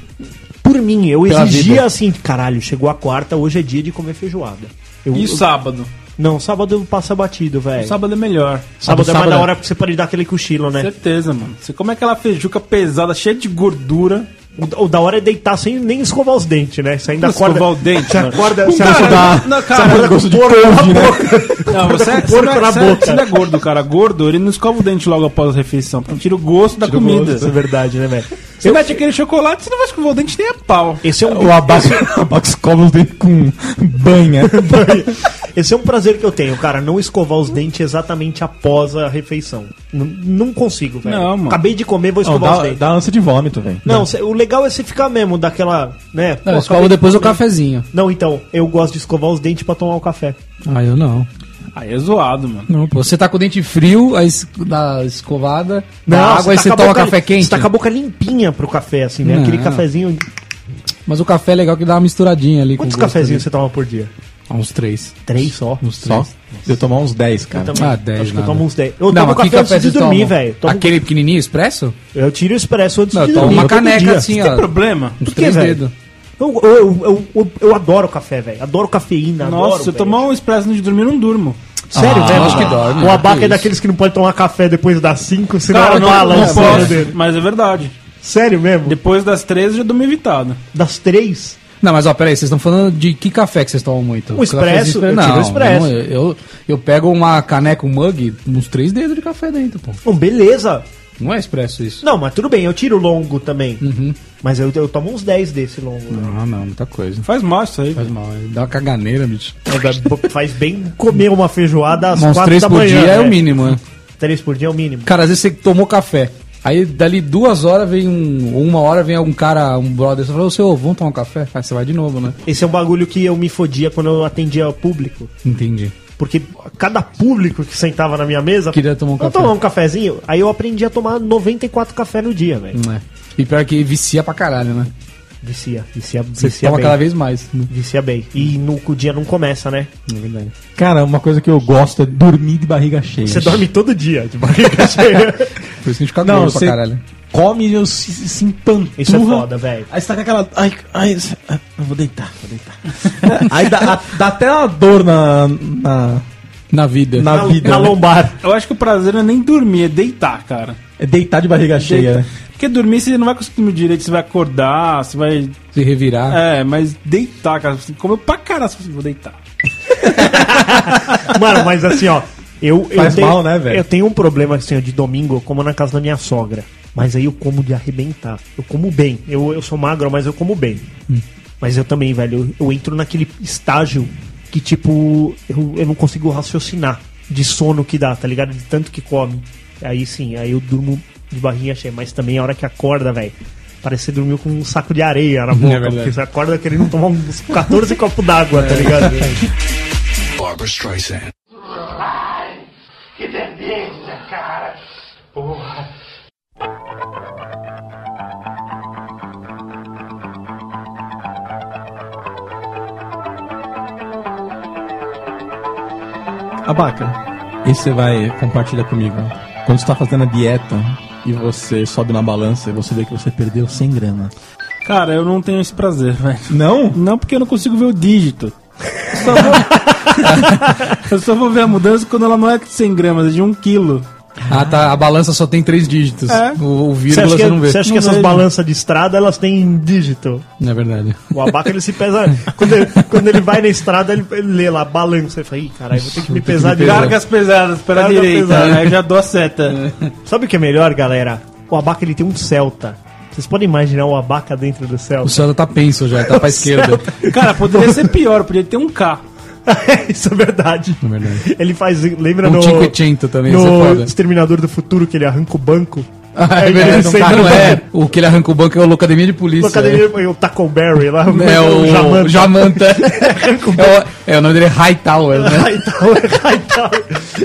S5: Por mim, eu
S4: Pela
S5: exigia
S4: vida.
S5: assim, caralho, chegou a quarta, hoje é dia de comer feijoada. Eu,
S3: E
S5: eu-
S3: sábado?
S5: não, sábado passa batido, velho. Sábado,
S3: Sábado é melhor.
S5: é mais
S4: sábado
S5: da
S4: é.
S5: hora porque você pode dar aquele cochilo, né?
S3: Certeza, mano. Você come aquela feijuca pesada, cheia de gordura.
S5: O, o da hora é deitar sem nem escovar os dentes, né? Você ainda
S3: Não
S5: acorda.
S3: escovar o dente,
S5: Você
S3: mano. Um
S5: acorda, você
S3: Cara,
S5: acorda,
S3: não,
S5: você
S3: cara,
S5: acorda com
S2: gosto de
S5: porco na
S2: couve, né?
S5: boca.
S3: Não, você,
S5: com
S3: é-
S5: porco
S3: você, não é-
S5: na
S3: você é-
S5: boca.
S3: você não é gordo, cara. Gordo, ele não escova o dente logo após a refeição. Porque tira o gosto da comida.
S5: Isso é verdade, né, velho?
S3: Você mete aquele chocolate, você não vai escovar o dente nem a pau.
S5: Esse é um
S2: o abacaxi escova os dentes com banha.
S5: Esse é um prazer que eu tenho, cara. Não escovar os dentes exatamente após a refeição. N- não consigo, velho.
S3: Não, mano.
S5: Acabei de comer, vou
S2: Não,
S5: escovar os
S2: dá,
S5: dentes.
S2: dá ânsia de vômito, velho.
S5: Não, cê- o legal é você ficar mesmo daquela, né? Pô,
S4: Não, eu
S5: acabei
S4: escovo
S5: de
S4: depois o
S5: comer.
S4: cafezinho.
S5: Não, então, eu gosto de escovar os dentes pra tomar o café.
S4: Ah, eu não.
S3: Aí é zoado, mano.
S4: Não, pô. Você tá com o dente frio, aí es- dá escovada, dá água, aí
S5: tá
S4: você
S5: com a
S4: toma
S5: boca-
S4: café quente.
S5: Você tá com a boca limpinha pro café, assim, né?
S4: Não.
S5: Aquele cafezinho.
S4: Mas o café é legal que dá uma misturadinha ali
S5: Quantos
S4: com o gosto
S5: cafezinhos
S4: ali.
S5: você toma por dia?
S4: Ah, uns três.
S5: Três só.
S4: Uns
S2: Só?
S4: três.
S2: Eu tomar uns 10, cara.
S5: Também.
S4: Ah, dez,
S5: Acho que eu
S4: nada.
S5: tomo uns 10. Eu
S4: Não,
S5: tomo
S4: mas que
S5: café antes de
S4: vocês
S5: dormir,
S4: tomam?
S5: velho. Tomo-
S4: Aquele pequenininho, expresso?
S5: Eu tiro o expresso antes
S4: Não,
S5: de
S4: eu tomo
S5: dormir.
S4: uma
S5: todo dia.
S4: caneca assim,
S3: Tem
S4: ó.
S3: problema?
S4: Uns
S5: quê,
S4: três
S5: velho?
S4: dedos.
S5: Eu, eu, eu, eu, eu adoro café, velho. Adoro cafeína.
S3: Nossa,
S5: adoro,
S3: se eu
S5: velho.
S3: tomar um expresso antes de dormir, eu não durmo.
S5: Sério,
S4: Ah,
S5: velho?
S4: acho que dorme,
S5: O
S4: né?
S5: abaca
S4: Que
S5: é
S4: isso.
S5: daqueles que não pode tomar café depois das 5, senão ela não
S3: não
S5: balança
S3: posso,
S5: dele.
S3: mas é verdade.
S5: Sério mesmo?
S3: Depois das 13 eu já dou uma evitada.
S5: Das três?
S4: Não, mas ó, peraí, vocês estão falando de que café que vocês tomam muito?
S5: O Um expresso,
S4: Cafezinho-
S5: eu tiro o
S4: não,
S5: expresso.
S4: não, eu, eu, eu pego uma caneca, um mug, uns três dedos de café dentro, pô.
S5: Bom, beleza.
S4: Não é expresso isso.
S5: Não, mas tudo bem, eu tiro longo também. Mas eu, eu tomo uns 10 desse longo. né?
S4: Ah, Uhum. não, muita coisa.
S3: Faz mal isso aí.
S4: Faz mal, dá uma caganeira, bicho.
S5: é Faz bem comer uma feijoada às
S4: Uns
S5: 4
S4: três
S5: da
S4: por
S5: manhã.
S4: dia é o
S5: né?
S4: mínimo, né?
S5: Três por dia é o mínimo.
S4: Cara, às vezes você tomou café. Aí dali duas horas vem um. Ou uma hora vem algum cara, um brother, você fala, ô seu, vamos tomar um café? Aí você vai de novo, né?
S5: Esse é um bagulho que eu me fodia quando eu atendia o público.
S4: Entendi.
S5: Porque cada público que sentava na minha mesa.
S4: Queria tomar um
S5: "Vamos
S4: café."
S5: tomar um cafezinho. Aí eu aprendi a tomar 94 café no dia, velho.
S4: Não é. E pior que vicia pra caralho, né?
S5: Vicia, vicia,
S4: Você
S5: vicia
S4: toma
S5: bem.
S4: cada vez mais. né?
S5: Vicia bem. E no, o dia não começa, né?
S4: Na verdade.
S2: Cara, uma coisa que eu gosto é dormir de barriga cheia.
S5: Você dorme todo dia de barriga cheia.
S4: Por isso que a gente fica
S2: Não,
S4: gordo
S2: você
S4: pra caralho.
S2: come e se, se, se empanturra.
S5: Isso é foda, velho.
S2: Aí você tá com aquela. Ai, ai, isso- ah, eu vou deitar, vou deitar. aí dá, dá até uma dor na. na...
S4: Na vida.
S2: Na vida. né?
S3: Eu acho que o prazer não é nem dormir, é deitar, cara.
S2: É deitar de barriga cheia.
S3: Deita-
S2: né?
S3: Porque dormir você não vai conseguir dormir direito, você vai acordar, você vai.
S4: Se revirar.
S3: É, mas deitar, cara. Você comeu pra caralho, você fala assim, vou deitar.
S5: Mano, mas assim, ó. Eu, eu
S2: Faz
S5: tenho,
S2: mal, né, velho?
S5: Eu tenho um problema assim, ó, de domingo, eu como na casa da minha sogra. Mas aí eu como de arrebentar. Eu como bem. Eu, eu sou magro, mas eu como bem.
S2: Hum.
S5: Mas eu também, velho, eu, eu entro naquele estágio que, tipo, eu, eu não consigo raciocinar de sono que dá, tá ligado? De tanto que come. Aí sim, aí eu durmo de barrinha cheia. Mas também a hora que acorda, velho. Parece que você dormiu com um saco de
S2: É
S5: areia na boca.
S4: verdade.
S5: porque você acorda querendo tomar uns 14 copos d'água,
S2: É.
S5: tá ligado?
S6: Barbara Streisand. Ai, que delícia, cara. Porra.
S2: Abaca, e você vai compartilhar comigo? Quando você tá fazendo a dieta e você sobe na balança e você vê que você perdeu 100 gramas.
S3: Cara, eu não tenho esse prazer, velho.
S2: Não?
S3: Não porque eu não consigo ver o dígito. Só vou- eu só vou ver a mudança quando ela não é de 100 gramas, é de 1 quilo.
S4: Ah, tá. A balança só tem três dígitos.
S3: É.
S4: O, o
S5: Você
S4: vírgula
S5: acha
S4: você,
S5: que,
S4: não vê.
S5: você acha que
S3: Não
S5: essas
S3: vejo.
S5: balanças de estrada elas têm dígito?
S4: Na é verdade.
S5: O abaca ele se pesa. quando, ele, quando ele vai na estrada, ele, ele lê lá, balança. Ele fala, ih, caralho, vou ter que me pesar de novo."
S3: Cargas pesadas pela
S5: Carga
S3: direita,
S5: pesada.
S3: aí eu já dou a seta.
S5: Sabe o que é melhor, galera? O abaca ele tem um Celta. Vocês podem imaginar o abaca dentro do
S4: O
S5: Celta?
S4: Celta tá penso já, tá pra esquerda.
S3: Cara, poderia ser pior, podia ter um K.
S5: Isso é verdade.
S4: Na verdade.
S5: Ele faz. Lembra
S4: Um
S5: no.
S4: Tico e Tinto também, isso é
S5: No
S4: foda.
S5: Exterminador do Futuro, que ele arranca o banco.
S4: Ah, é
S5: É, ele
S4: verdade, não,
S5: sempre
S4: tá, não
S5: vai-
S4: é. O que ele arranca o banco é o Locademia de Polícia.
S5: No academia, o Taco Berry lá.
S4: É, é o Jamanta.
S5: Jamanta.
S4: é, o, é, o nome dele é Hightower, né?
S5: Hightower, Hightower.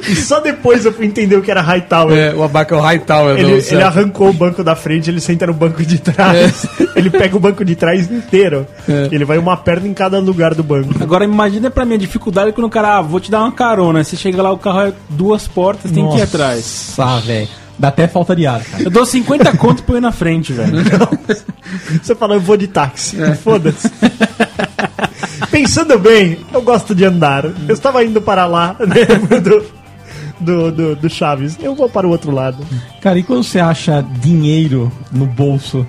S5: E só depois eu fui entender o que era Hightower.
S4: É, o abaca é o Hightower
S5: Ele,
S4: do Celta.
S5: ele arrancou o banco da frente, ele senta no banco de trás. Ele pega o banco de trás inteiro. Ele vai uma perna em cada lugar do banco.
S3: Agora imagina pra mim a dificuldade quando o cara, ah, vou te dar uma carona. Você chega lá, o carro é duas portas, tem que ir atrás.
S2: Ah, velho. Dá até falta de ar, cara.
S3: Eu dou 50 conto e ponho na frente, velho.
S5: Você fala, eu vou de táxi. Foda-se. Pensando bem, eu gosto de andar. Eu estava indo para lá, né? Do, do, do, do Chaves. Eu vou para o outro lado.
S2: Cara, e quando você acha dinheiro no bolso?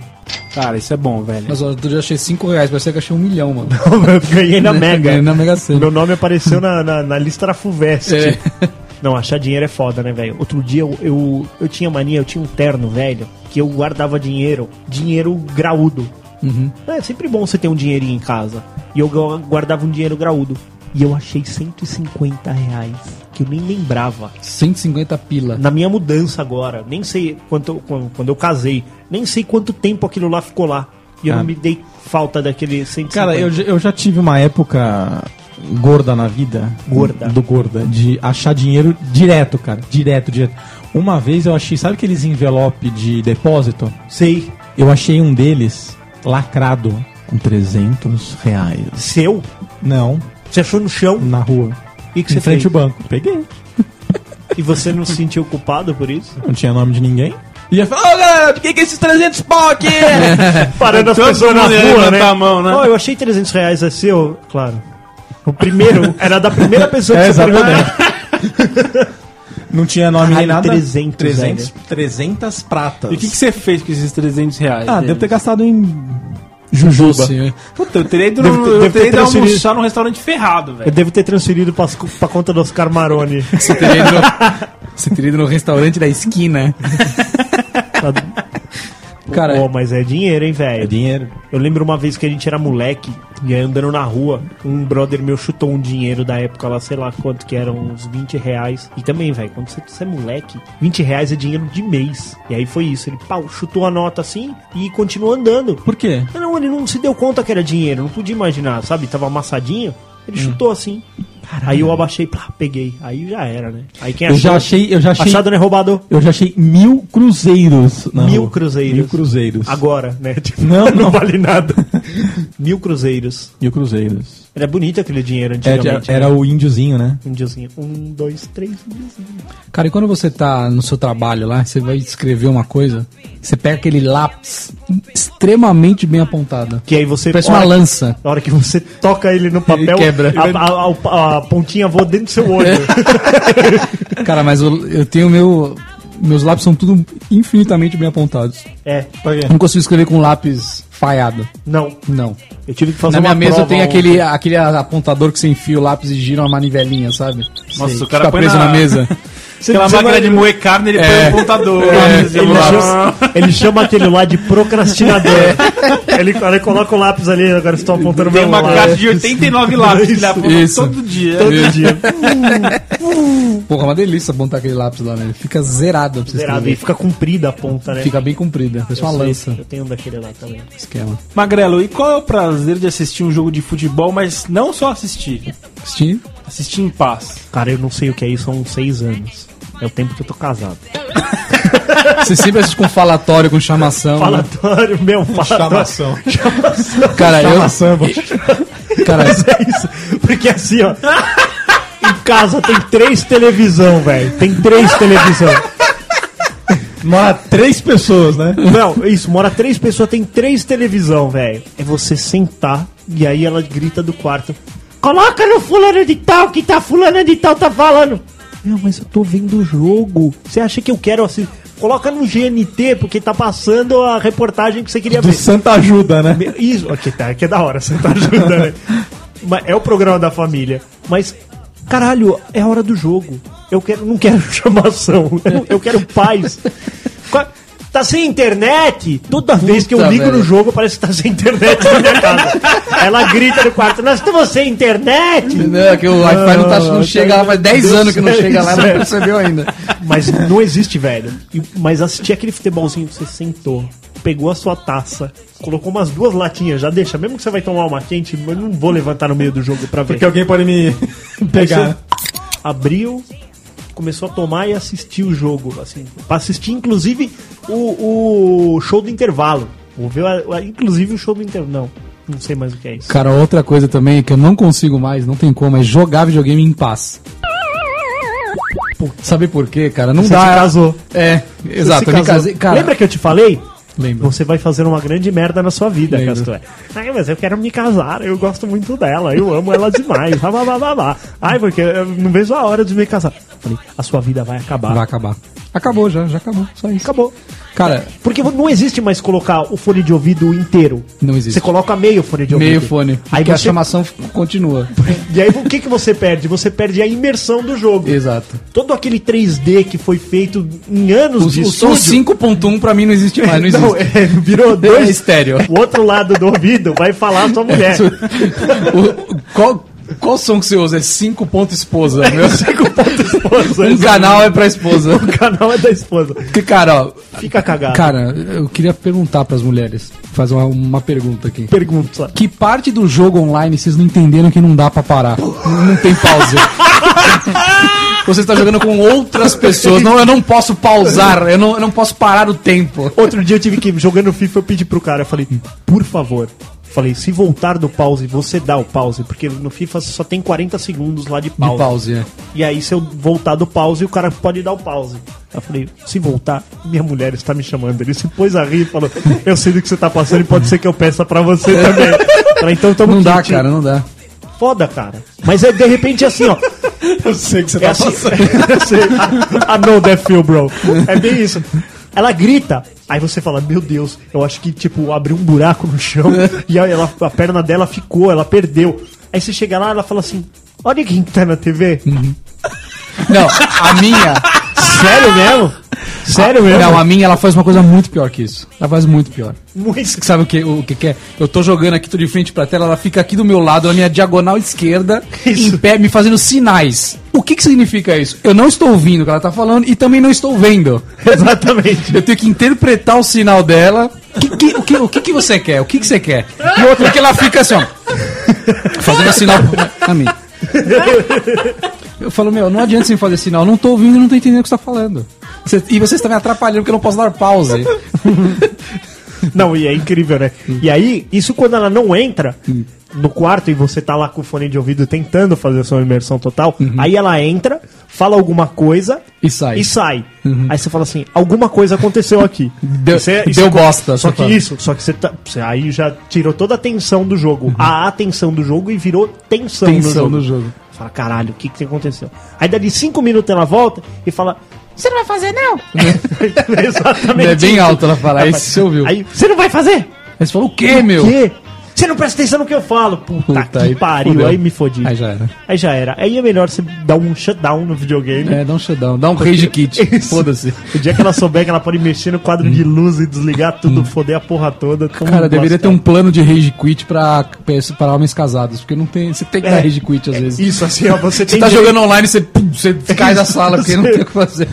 S3: Cara, isso é bom, velho.
S4: Mas ó, outro dia eu achei 5 reais, parece que eu achei um milhão, mano.
S5: Eu ganhei na Mega.
S4: Ganhei na Mega Sena.
S5: Meu nome apareceu na, na, na lista da Fulvestre.
S4: É.
S5: Não, achar dinheiro é foda, né, velho? Outro dia eu, eu, eu tinha mania, eu tinha um terno, velho, que eu guardava dinheiro, dinheiro graúdo.
S4: Uhum.
S5: É sempre bom você ter um dinheirinho em casa. E eu gu- guardava um dinheiro graúdo. E eu achei 150 reais, que eu nem lembrava.
S4: 150 pila.
S5: Na minha mudança agora, nem sei quanto quando, quando eu casei, nem sei quanto tempo aquilo lá ficou lá. E eu
S2: Ah.
S5: não me dei falta daquele 150.
S2: Cara, eu, já- eu já tive uma época gorda na vida.
S5: Gorda.
S2: Do gorda. De achar dinheiro direto, cara. Direto, direto. Uma vez eu achei, sabe aqueles envelope de depósito?
S5: sei.
S2: Eu achei um deles lacrado com 300 reais.
S5: Seu?
S2: Não,
S5: Você achou no
S3: Hum.
S5: chão?
S2: na rua.
S5: E que
S2: em
S5: você
S2: frente
S5: fez?
S2: ao banco. Peguei.
S5: E você não se sentiu culpado por isso?
S2: Não tinha nome de ninguém. E ia falar, ô galera, por que, que esses 300 pau aqui?
S5: Parando as
S3: Todo
S5: pessoas na
S3: mundo ia
S5: rua,
S3: levantar
S5: né?
S3: a mão, né?
S5: Ó, eu achei 300 reais, é seu? Claro. O primeiro, era da primeira pessoa que
S2: É,
S5: você perguntou.
S2: Não tinha nome nem
S5: Caralho,
S2: nada.
S5: 300,
S2: 300, 300 pratas.
S3: E o que, que você fez com esses 300 reais?
S2: Ah,
S3: velho?
S2: devo ter gastado em jujuba.
S4: Assim, né?
S3: Puta, eu teria ido,
S5: Deve
S3: num-
S5: ter-
S3: eu
S5: deve ter
S3: teria ido
S5: transferido.
S3: almoçar num restaurante ferrado,
S5: Eu
S3: velho.
S5: devo ter transferido pra, pra conta do Oscar Maroni.
S4: Você teria, ido no, você teria ido no restaurante da esquina.
S5: Tá
S4: Cara,
S5: Pô, mas é dinheiro, hein, velho?
S2: É dinheiro.
S5: Eu lembro uma vez que a gente era moleque e aí andando na rua, um brother meu chutou um dinheiro da época lá, sei lá quanto que era, uns 20 reais. E também, velho, quando você, você é moleque, 20 reais é dinheiro de mês. E aí foi isso, ele pau, chutou a nota assim e continuou andando.
S2: Por quê?
S5: Não, ele não se deu conta que era dinheiro, não podia imaginar, sabe? Tava amassadinho, ele
S2: Hum.
S5: chutou assim. Aí eu abaixei, plá, peguei. Aí já era, né? Aí quem
S2: Eu já achei, eu já achei,
S5: Achado não é roubado.
S2: eu já achei mil cruzeiros. na
S5: Mil
S2: rua.
S5: cruzeiros.
S2: Mil cruzeiros.
S5: Agora, né? Tipo,
S2: Não, não.
S5: vale nada. Mil cruzeiros.
S2: Mil cruzeiros.
S5: Era bonito aquele dinheiro
S2: É, de-
S5: antigamente.
S2: era
S5: né?
S2: o índiozinho, né?
S5: Um diazinho. Um, dois, três, um diazinho.
S4: Cara, e quando você tá no seu trabalho lá, você vai escrever uma coisa, você pega aquele lápis extremamente bem apontado.
S5: Que aí você.
S4: Parece uma
S5: hora-
S4: lança.
S5: Na hora que você toca ele no papel,
S4: quebra.
S5: A, a- a- a pontinha voa dentro do seu olho.
S4: Cara, mas eu, eu tenho meu. Meus lápis são tudo infinitamente bem apontados.
S5: é.
S4: Eu Não consigo escrever com lápis falhado.
S5: Não.
S4: Não.
S5: Eu tive que fazer
S4: Na minha
S5: uma
S4: mesa eu
S5: prova
S4: tenho
S5: um-
S4: aquele, aquele apontador que você enfia o lápis e gira uma manivelinha, sabe?
S3: Nossa,
S4: Sei,
S3: o cara
S4: fica
S3: põe
S4: preso
S3: na-
S4: na mesa.
S5: Você-
S3: Aquela
S5: você
S3: máquina
S5: vai-
S3: de moer carne, ele põe um apontador.
S5: É,
S3: lápis e
S5: ele,
S3: lápis.
S5: chama, ele chama aquele lá de procrastinador. ele, ele coloca o lápis ali, agora estou apontando
S3: Tem
S5: meu
S3: uma
S5: lápis.
S3: caixa de 89 lápis que ele aponta
S4: Isso. Então,
S3: todo dia.
S5: todo dia.
S4: Porra, é uma delícia apontar aquele lápis lá, né? Ele Fica zerado pra você
S5: Zerado. E
S4: escrever.
S5: fica comprida a ponta, né?
S4: Fica bem comprida, parece
S5: Eu
S4: uma
S5: sei,
S4: lança.
S5: Eu tenho um daquele lá também.
S4: Esquema.
S3: Magrelo, e qual é o prazer de assistir um jogo de futebol, mas não só assistir?
S4: Assistir?
S3: Assistir em paz.
S5: Cara, eu não sei o que é isso há uns seis anos. É o tempo que eu tô casado.
S4: Você sempre assiste com falatório, com chamação. né?
S5: Falatório, meu, falatório.
S2: Chamação.
S4: Cara, eu.
S2: samba.
S4: Cara,
S5: É isso. Porque assim, ó. Em casa tem três televisão, velho. Tem três televisão.
S2: Mas três pessoas, né?
S5: Não, isso, mora três pessoas, tem três televisão, velho. É você sentar e aí ela grita do quarto. Coloca no fulano de tal, que tá fulano de tal, tá falando. Não, mas eu tô vendo o jogo. Você acha que eu quero assim? Coloca no GNT, porque tá passando a reportagem que você queria
S2: Do
S5: ver.
S2: Santa Ajuda, né?
S5: Meu, Isso, ok, tá, que é da hora, você tá ajudando, né? Mas é o programa da família. Mas, caralho, é a hora do jogo. Eu quero, não quero chamação, eu, eu quero paz. Qua- Tá sem internet? Toda vez que eu
S4: Puta,
S5: ligo no
S4: velho.
S5: jogo, parece que tá sem internet na minha casa. Ela grita no quarto, nós estamos sem é internet!
S4: Não, que o Wi-Fi não, tá, não chega lá, faz 10
S5: Deus
S4: anos que não
S5: céu,
S4: chega lá, não
S5: sério.
S4: percebeu ainda.
S5: Mas não existe, velho. E- mas assistir aquele futebolzinho, você sentou, pegou a sua taça, colocou umas duas latinhas, já deixa. Mesmo que você vai tomar uma quente, eu não vou levantar no meio do jogo pra ver.
S2: Porque alguém pode me pegar.
S5: Abriu, começou a tomar e assistir o jogo, assim. Pra assistir, inclusive, o, o show do intervalo. Ouviu? a- a- Inclusive o show do intervalo. Não, não sei mais o que é isso.
S4: Cara, outra coisa também que eu não consigo mais, não tem como, é jogar videogame em paz. Pô, Sabe por quê, cara? Não
S5: Você
S4: dá.
S5: se casou.
S4: É, exato. Eu
S5: Você se
S4: me
S5: casou.
S4: casei. Cara,
S5: Lembra que eu te falei?
S4: Lembro.
S5: Você vai fazer uma grande merda na sua vida,
S4: Lembro.
S5: Castor. Ai, mas eu quero me casar, eu gosto muito dela, eu amo ela demais. blá, blá, blá, blá, blá. Ai, porque eu não vejo a hora de me casar. Falei, a sua vida vai acabar.
S4: Vai acabar. Acabou já, já acabou. Só isso.
S5: Acabou.
S4: Cara,
S5: Porque não existe mais colocar o fone de ouvido inteiro.
S4: Não existe.
S5: Você coloca meio fone de ouvido.
S4: meio fone.
S5: Aí
S4: porque é a
S5: você-
S4: chamação continua.
S5: E aí o que, que você perde? Você perde a imersão do jogo.
S4: Exato.
S5: Todo aquele 3D que foi feito em anos
S4: O, o
S5: de
S4: som
S5: estúdio.
S4: 5.1 pra mim não existe mais, não existe.
S5: Não, é, virou
S4: É
S5: dois
S4: estéreo.
S5: O outro lado do ouvido vai falar a sua mulher.
S4: O- É. o- qual, qual som que você usa? É 5 ponto esposa, meu.
S5: Esposa,
S4: Um canal é pra esposa.
S5: O canal é da esposa.
S4: Porque, cara, ó,
S5: Fica cagado.
S4: cara, eu queria perguntar pras mulheres, fazer uma, uma pergunta aqui.
S5: Pergunta.
S4: Que parte do jogo online vocês não entenderam que não dá pra parar? Não não tem pausa. Você está jogando com outras pessoas. Não, eu não posso pausar. Eu não, eu não posso parar o tempo.
S5: Outro dia eu tive que, jogando FIFA, eu pedi pro cara, eu falei, por favor. Falei, se voltar do pause, você dá o pause, porque no FIFA só tem 40 segundos lá de pause.
S4: De pause, é.
S5: E aí, se eu voltar do pause, o cara pode dar o pause. Eu falei, se voltar, minha mulher está me chamando. Ele se pôs a rir e falou, eu sei do que você tá passando e pode ser que eu peça pra você também. Eu falei, então tamo
S4: Não dá,
S5: kit."
S4: cara, não dá.
S5: Foda, cara. Mas é de repente assim, ó.
S2: Eu sei que você
S5: É assim. eu sei. I, I know that feel, bro. É bem isso. Ela grita, aí você fala, meu Deus, eu acho que, tipo, abriu um buraco no chão e aí ela, a perna dela ficou, ela perdeu. Aí você chega lá, ela fala assim, olha quem tá na TV.
S4: Não, a minha.
S5: Sério mesmo? Sério mesmo?
S4: Ah, Não, a minha ela faz uma coisa muito pior que isso. Ela faz muito pior.
S5: Muito
S4: Que Sabe o que, o que, que é? Eu tô jogando aqui, tô de frente pra tela, ela fica aqui do meu lado, na minha diagonal esquerda,
S5: Isso.
S4: em pé, me fazendo sinais. O que que significa isso? Eu não estou ouvindo o que ela tá falando e também não estou vendo.
S5: Exatamente.
S4: Eu tenho que interpretar o sinal dela. Que- que- o, que, o que que você quer? O que que você quer? E outra que ela fica assim, ó. Fazendo sinal pra mim. Eu falo, meu, não adianta você me fazer sinal, eu não tô ouvindo e tá não tô entendendo o que você tá falando. Você- e vocês estão me atrapalhando porque eu não posso dar pause.
S5: Não, e é incrível, né? E aí, isso quando ela não entra no quarto e você tá lá com o fone de ouvido tentando fazer a sua imersão total, aí ela entra, fala alguma coisa
S4: Uhum. E sai. Uhum.
S5: E sai. Aí você fala assim, alguma coisa aconteceu aqui.
S4: Deu- deu bosta,
S5: Só
S4: você
S5: que
S4: fala.
S5: isso, só que você, tá, você aí já tirou toda a tensão do jogo, a atenção do jogo e virou tensão, no
S4: Uhum. Tensão
S5: jogo.
S4: no jogo.
S5: Você Fala, caralho, o que que aconteceu? Aí dali cinco minutos ela volta e fala, você não vai fazer não? É Exatamente.
S4: É bem
S5: isso.
S4: alto ela fala,
S5: Ela
S4: aí
S5: fala,
S4: você ouviu. Aí
S5: Aí, você não vai fazer?
S4: você falou o quê, meu?
S5: Quê? Você não presta atenção no que eu falo. Puta,
S4: Puta,
S5: que
S4: aí
S5: pariu,
S4: fudeu.
S5: aí me fodi.
S4: Aí já era.
S5: Aí já era. Aí é melhor você dar um shutdown no videogame.
S4: É, dá um shutdown, dá um rage kit. Foda-se.
S5: O dia que ela souber que ela pode mexer no quadro de luz e desligar tudo, foder a porra toda. toma
S4: Hum. Cara,
S5: um
S4: deveria ter
S5: bastão.
S4: um plano de rage quit pra, pra homens casados, porque não tem. Você tem que
S5: É,
S4: dar rage quit às vezes.
S5: Isso, assim, ó, você
S4: Você
S5: tem
S4: tá
S5: direito-
S4: jogando online, você, pum, você cai da sala, porque não tem o que fazer.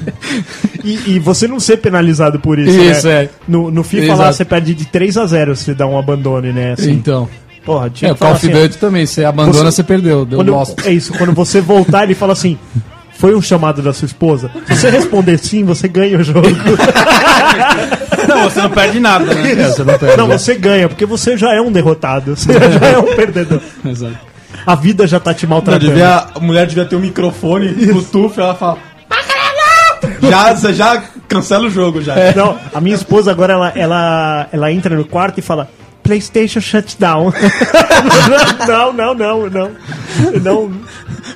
S5: E, e você não ser penalizado por isso,
S4: Isso,
S5: né?
S4: é.
S5: No, no FIFA lá,
S4: Exato.
S5: você perde de 3 a 0 se dá um abandone, né? Assim,
S4: Então.
S5: porra, tinha
S4: É, o
S5: que falar
S4: Call of
S5: assim,
S4: Duty também, você abandona,
S5: você-
S4: você, perdeu, deu
S5: Quando-
S4: bosta.
S5: é isso, quando você voltar, ele fala assim: foi um chamado da sua esposa? Se você responder sim, você ganha o jogo.
S3: Não, você não perde nada, né?
S4: É, você não perde.
S5: Não, você ganha, porque você já é um derrotado, você já é um perdedor.
S4: Exato.
S5: A vida já tá te
S10: Não,
S5: maltratando.
S10: devia, a mulher devia ter um microfone, Bluetooth, ela fala. Já, você já cancela o jogo já.
S5: Não, a minha esposa agora ela, ela, ela entra no quarto e fala. PlayStation Shutdown. não, não, não, não. Não,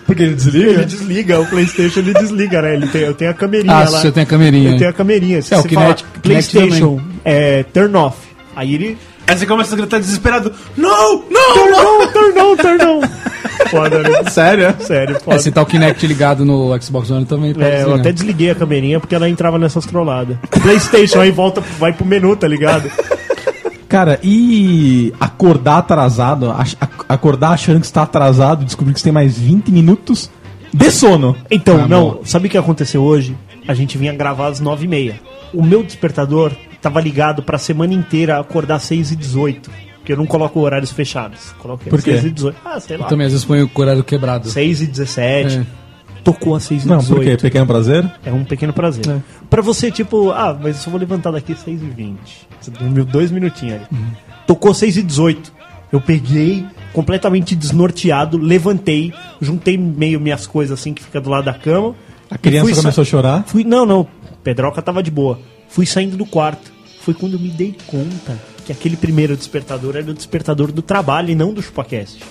S10: Porque ele desliga.
S5: Ele desliga, o PlayStation ele desliga, né? Ele tem, eu tenho a camerinha
S4: Ah,
S5: lá.
S4: você tem a camerinha.
S5: Eu tenho a camerinha. Se
S4: É, o
S5: você
S4: Kinect-
S5: fala,
S4: Kinect
S5: PlayStation, é, turn off. Aí ele.
S3: Aí você começa a gritar desesperado: Não!
S5: Turn
S3: Não!
S5: on, turn on, turn on. Foda, né?
S10: Sério?
S5: Sério, foda.
S4: É, se tá o Kinect ligado no Xbox One também né? pode
S5: É, eu
S4: desligar.
S5: até desliguei a camerinha porque ela entrava nessas trolladas. PlayStation aí volta, vai pro menu, tá ligado?
S2: Cara, e acordar atrasado, ach- ac- acordar achando que está atrasado, descobrir que você tem mais 20 minutos de sono.
S5: Então,
S4: Ah,
S5: não, sabe o que aconteceu hoje? A gente vinha gravar às 9h30. O meu despertador tava ligado pra semana inteira acordar às 6h18. Porque eu não coloco horários fechados. Coloquei
S2: Por
S5: às
S2: quê?
S5: 6h18. Ah, sei lá.
S4: Eu também às vezes põe o horário quebrado.
S5: 6h17.
S4: É.
S5: Tocou às 6h18.
S2: Não, por quê? Pequeno prazer?
S5: É um pequeno prazer. Pra você, tipo, ah, mas eu só vou levantar daqui 6h20. Você dormiu dois minutinhos ali.
S2: Uhum.
S5: Tocou 6h18. Eu peguei, completamente desnorteado, levantei, juntei meio minhas coisas assim que fica do lado da cama.
S2: A criança
S5: Fui sa-
S2: começou a chorar.
S5: Fui, não, não. Pedroca tava de boa. Fui saindo do quarto. Foi quando eu me dei conta que aquele primeiro despertador era o despertador do trabalho e não do chupacast.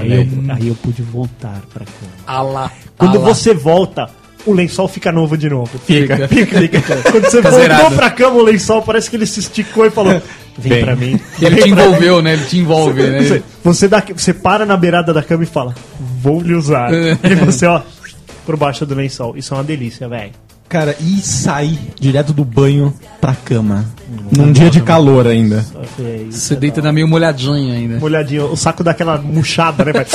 S5: Aí eu, aí eu pude voltar pra cama.
S4: Ah lá.
S5: Quando
S4: ah lá.
S5: você volta, o lençol fica novo de novo.
S4: Fica.
S5: Fica, fica. Quando você
S4: Tá
S5: voltou
S4: zerado.
S5: pra cama, o lençol parece que ele se esticou e falou: Vem pra mim.
S4: Ele
S5: Vem
S4: te
S5: pra mim."
S4: envolveu, né? Ele te envolve, né?
S5: Você, você, dá, você para na beirada da cama e fala: Vou lhe usar. e você, ó, por baixo do lençol. Isso é uma delícia, velho.
S2: Cara, e sair direto do banho pra cama. Num dia de calor ainda.
S5: É isso.
S4: Você deita na meio molhadinha ainda.
S5: molhadinha, o saco daquela murchada, né? Vai...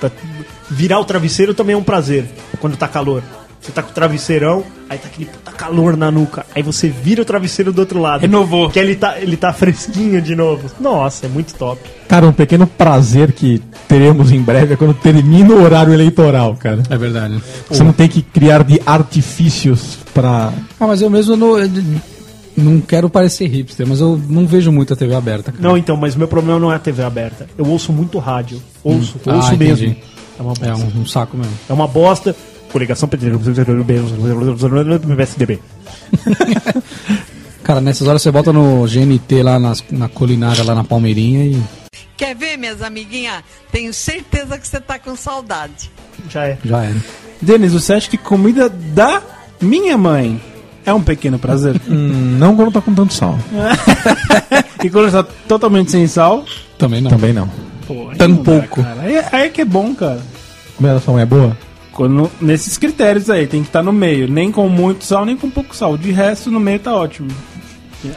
S5: Tá- Virar o travesseiro também é um prazer quando tá calor. Você tá com o travesseirão, aí tá aquele puta calor na nuca. Aí você vira o travesseiro do outro lado.
S3: Renovou.
S5: Que ele tá, ele tá fresquinho de novo. Nossa, é muito top.
S2: Cara, um pequeno prazer que teremos em breve é quando termina o horário eleitoral, cara.
S4: É verdade.
S2: Você não tem que criar de artifícios pra.
S4: Ah, mas eu mesmo não, eu não quero parecer hipster, mas eu não vejo muito a TV aberta, cara.
S5: Não, então, mas meu problema não é a TV aberta. Eu ouço muito rádio. Ouço,
S4: Ah,
S5: ouço
S4: entendi.
S5: mesmo. É uma bosta.
S4: É um, um saco mesmo.
S5: É uma bosta. Coligação Pedreiro. PSDB.
S4: Cara, nessas horas você bota no GNT lá nas- na culinária, lá na Palmeirinha e
S11: Quer ver, minhas amiguinhas? Tenho certeza que você tá com saudade.
S5: Já é.
S4: já era.
S3: Denis, você acha que comida da minha mãe é um pequeno prazer?
S2: Hum, Não quando tá com tanto sal.
S3: e quando está totalmente sem sal,
S4: Também não.
S2: Também não.
S3: pô, aí
S4: Tão
S3: não dá,
S4: pouco.
S3: cara. Aí, aí é que é bom, cara.
S2: Comida da sua mãe é boa?
S3: Quando- nesses critérios aí, tem que estar no meio. Nem com muito sal, nem com pouco sal. De resto, no meio tá ótimo.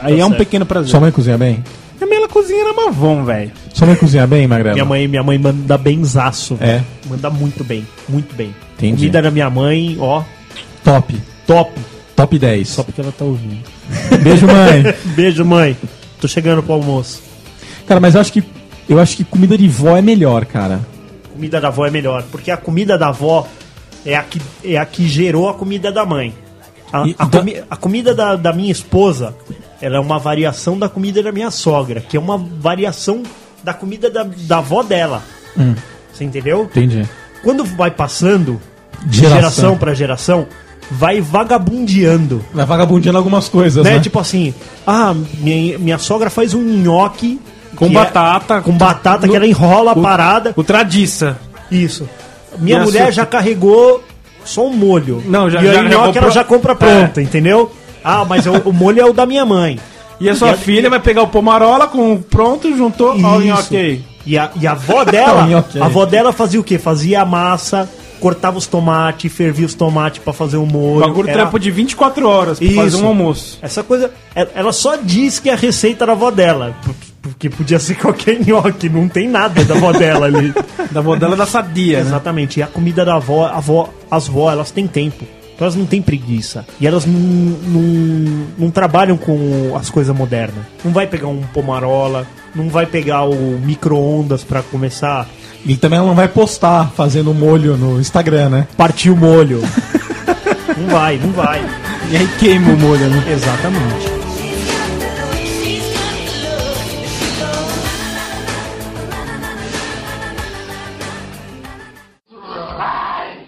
S3: Aí é um
S5: certo.
S3: pequeno prazer.
S2: Sua mãe cozinha bem?
S3: Minha mãe, ela cozinha na Mavon, velho.
S2: Sua mãe cozinha bem, Magrela?
S5: Minha mãe, minha mãe manda benzaço.
S2: É.
S5: Manda muito bem, muito bem.
S2: Entendi.
S5: Comida da minha mãe, ó,
S2: Top.
S5: top.
S2: Top 10.
S5: Só porque ela tá ouvindo.
S2: Beijo, mãe.
S5: Beijo, mãe. Tô chegando pro almoço.
S2: cara, mas eu acho que. Eu acho que comida de vó é melhor, cara.
S5: Comida da avó é melhor, porque a comida da avó é a que, é a que gerou a comida da mãe. A,
S2: E
S5: a
S2: da-
S5: comi- a comida da, da minha esposa Ela é uma variação da comida da minha sogra, que é uma variação da comida da, da avó dela.
S2: Hum.
S5: Você entendeu?
S2: Entendi.
S5: Quando vai passando de
S2: Geração.
S5: geração pra geração, vai vagabundeando.
S2: Vai vagabundeando algumas coisas, né?
S3: é.
S5: Né? Tipo assim, ah, minha, minha sogra faz um nhoque
S3: Com
S5: que é-
S3: batata.
S5: com batata que ela enrola a parada.
S3: O tradiça.
S5: Isso. Minha
S3: Minha
S5: mulher
S3: so-
S5: já carregou só um molho.
S3: Não, já-
S5: E aí
S3: já-
S5: o
S3: É. já
S5: nhoque
S3: comprou-
S5: ela já compra pronto, entendeu? Ah, mas o, o molho é o da minha mãe.
S3: E a
S5: E
S3: sua
S5: a-
S3: filha vai pegar o pomarola com o pronto, juntou, ó o nhoque aí.
S5: E a, e a avó
S3: Tá,
S5: dela,
S3: o nhoque aí.
S5: a avó dela fazia o quê? Fazia a massa, cortava os tomates, fervia os tomates pra fazer o molho.
S3: Bagulho um trampo de 24 horas pra fazer um almoço.
S5: Essa coisa, ela- ela só diz que é a receita da avó dela, por- porque podia ser qualquer nhoque, não tem nada da avó dela ali.
S3: da avó dela da né? sadia,
S5: Exatamente. E a comida da avó, a avó, as vó, elas têm tempo. Então elas não têm preguiça. E elas não, não, não trabalham com as coisas modernas. Não vai pegar um pomarola, não vai pegar o micro-ondas pra começar
S2: E também ela não vai postar fazendo molho no Instagram, né?
S5: Partiu o molho. Não vai, não vai.
S3: E aí queima o molho, né?
S5: Exatamente.
S6: Ai,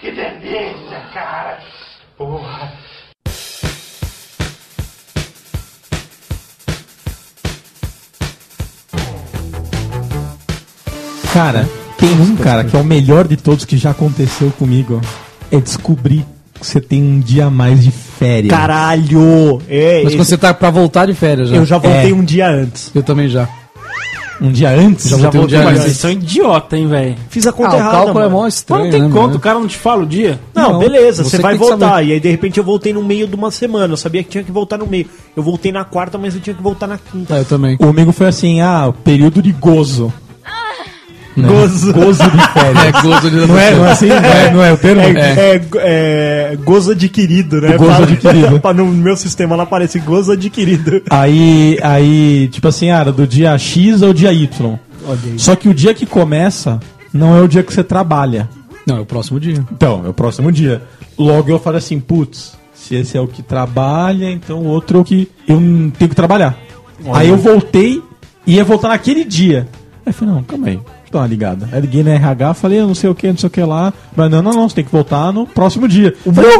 S6: que delícia, cara. Porra.
S2: Cara, tem um cara que é o melhor de todos que já aconteceu comigo. É descobrir que você tem um dia a mais de férias.
S5: Caralho! É,
S4: Mas
S5: esse-
S4: quando você tá pra voltar de férias já.
S5: Eu já voltei
S4: É,
S5: um dia antes.
S4: Eu também já.
S2: Um dia antes?
S4: Já voltei um dia
S3: Mas
S4: antes.
S3: vocês são idiota, hein, velho?
S5: Fiz a
S4: Ah,
S5: conta
S4: o
S5: errada.
S4: cálculo é
S5: mano.
S4: mó estranho,
S3: Não tem
S4: né,
S3: conta,
S4: mano?
S3: o cara não te fala o dia?
S5: Não,
S4: Não,
S5: beleza, você,
S4: você
S5: vai
S4: tem que
S5: voltar.
S4: saber.
S5: E aí, de repente, eu voltei no meio de uma semana. Eu sabia que tinha que voltar no meio. Eu voltei na quarta, mas eu tinha que voltar na quinta.
S4: Ah, eu também.
S2: O amigo foi assim, ah, o período de gozo. Né?
S5: Gozo.
S2: Gozo de férias.
S4: É gozo de
S2: não é, não é assim? Não é, não é o termo?
S5: É,
S4: É.
S5: é, é gozo adquirido, né?
S2: Gozo
S5: Pra-
S2: adquirido.
S5: pra no meu sistema lá aparece gozo adquirido.
S2: Aí, aí, tipo assim, ah, era do dia X ao dia Y. Só que o dia que começa não é o dia que você trabalha.
S4: Não, é o próximo dia.
S2: Então, é o próximo dia. Logo eu falo assim, putz, se esse é o que trabalha, então o outro é o que eu não tenho que trabalhar. Aí eu voltei e ia voltar naquele dia. Aí eu falei, não, calma aí, deixa eu dar uma ligada. Aí liguei na RH, falei, eu não sei o que, não sei o que lá. Mas não, não, não, você tem que voltar no próximo dia. Falei,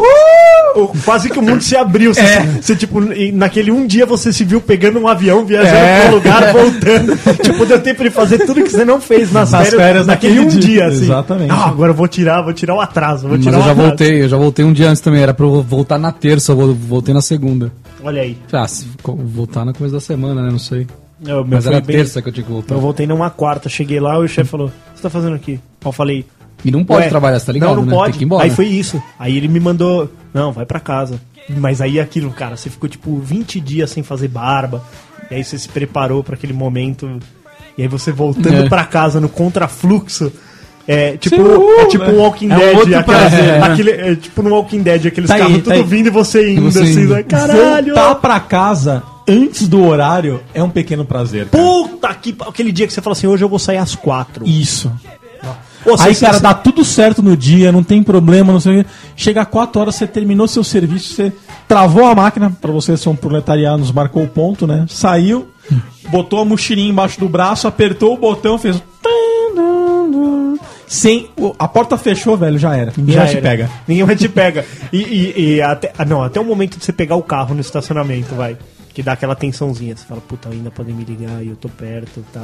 S5: O- Quase que o mundo se abriu. Você,
S4: É.
S5: você, tipo, e naquele um dia você se viu pegando um avião, viajando
S2: É.
S5: pra um lugar, voltando. tipo, deu tempo de fazer tudo que você não fez nas,
S2: Nas
S5: férias,
S2: férias
S5: naquele um
S2: daquele
S5: dia.
S2: dia,
S5: assim.
S2: exatamente.
S5: Ah, agora eu vou tirar, vou tirar o atraso, vou
S4: Mas
S5: tirar
S4: eu
S5: o
S4: já
S5: atraso.
S4: voltei, eu já voltei um dia antes também. Era pra eu voltar na terça, eu vol- voltei na segunda.
S5: Olha aí.
S4: Ah, se co- voltar no começo da semana, né? Não sei.
S5: Eu,
S4: Mas
S5: foi
S4: era
S5: bem-
S4: terça então. que eu tinha que voltar.
S5: Eu voltei numa quarta, cheguei lá e o chefe falou: O que você tá fazendo aqui? Aí Eu falei:
S4: E não pode
S5: "Ué,
S4: trabalhar, você tá ligado?
S5: Não, não
S4: né?
S5: pode.
S4: Tem que ir embora.
S5: Aí foi isso. Aí ele me mandou: Não, vai pra casa. Mas aí aquilo, cara, você ficou tipo 20 dias sem fazer barba. E aí você se preparou pra aquele momento. E aí você voltando
S4: É.
S5: pra casa no contrafluxo. É tipo,
S4: uh,
S2: Sim,
S5: é
S4: né?
S5: tipo um Walking
S3: é um
S5: Dead.
S3: outro
S5: aquela-
S3: prazer, né?
S5: aquele, é tipo no Walking Dead, aqueles
S2: Tá aí,
S5: carros
S2: tá
S5: tudo
S2: aí.
S5: vindo e você indo
S4: você
S5: assim,
S4: indo. tá
S5: né? Caralho!
S2: Voltar pra casa antes do horário é um pequeno prazer. cara.
S5: Puta que. pa- Aquele dia que você fala assim: Hoje eu vou sair às quatro.
S2: Isso.
S5: Pô,
S2: Aí,
S5: você-
S2: cara,
S5: você-
S2: dá tudo certo no dia, não tem problema, não sei o quê. Chega 4 horas, você terminou seu serviço, você travou a máquina, pra vocês são proletarianos, marcou o ponto, né? Saiu, botou a mochilinha embaixo do braço, apertou o botão, fez. um Sem. o- A porta fechou, velho, já era. Ninguém
S5: Já
S2: mais te
S5: era.
S2: pega.
S5: Ninguém mais te pega. E, e- e até, ah, não, até o momento de você pegar o carro no estacionamento, vai. Que dá aquela tensãozinha. Você fala, puta, ainda podem me ligar e eu tô perto e tal.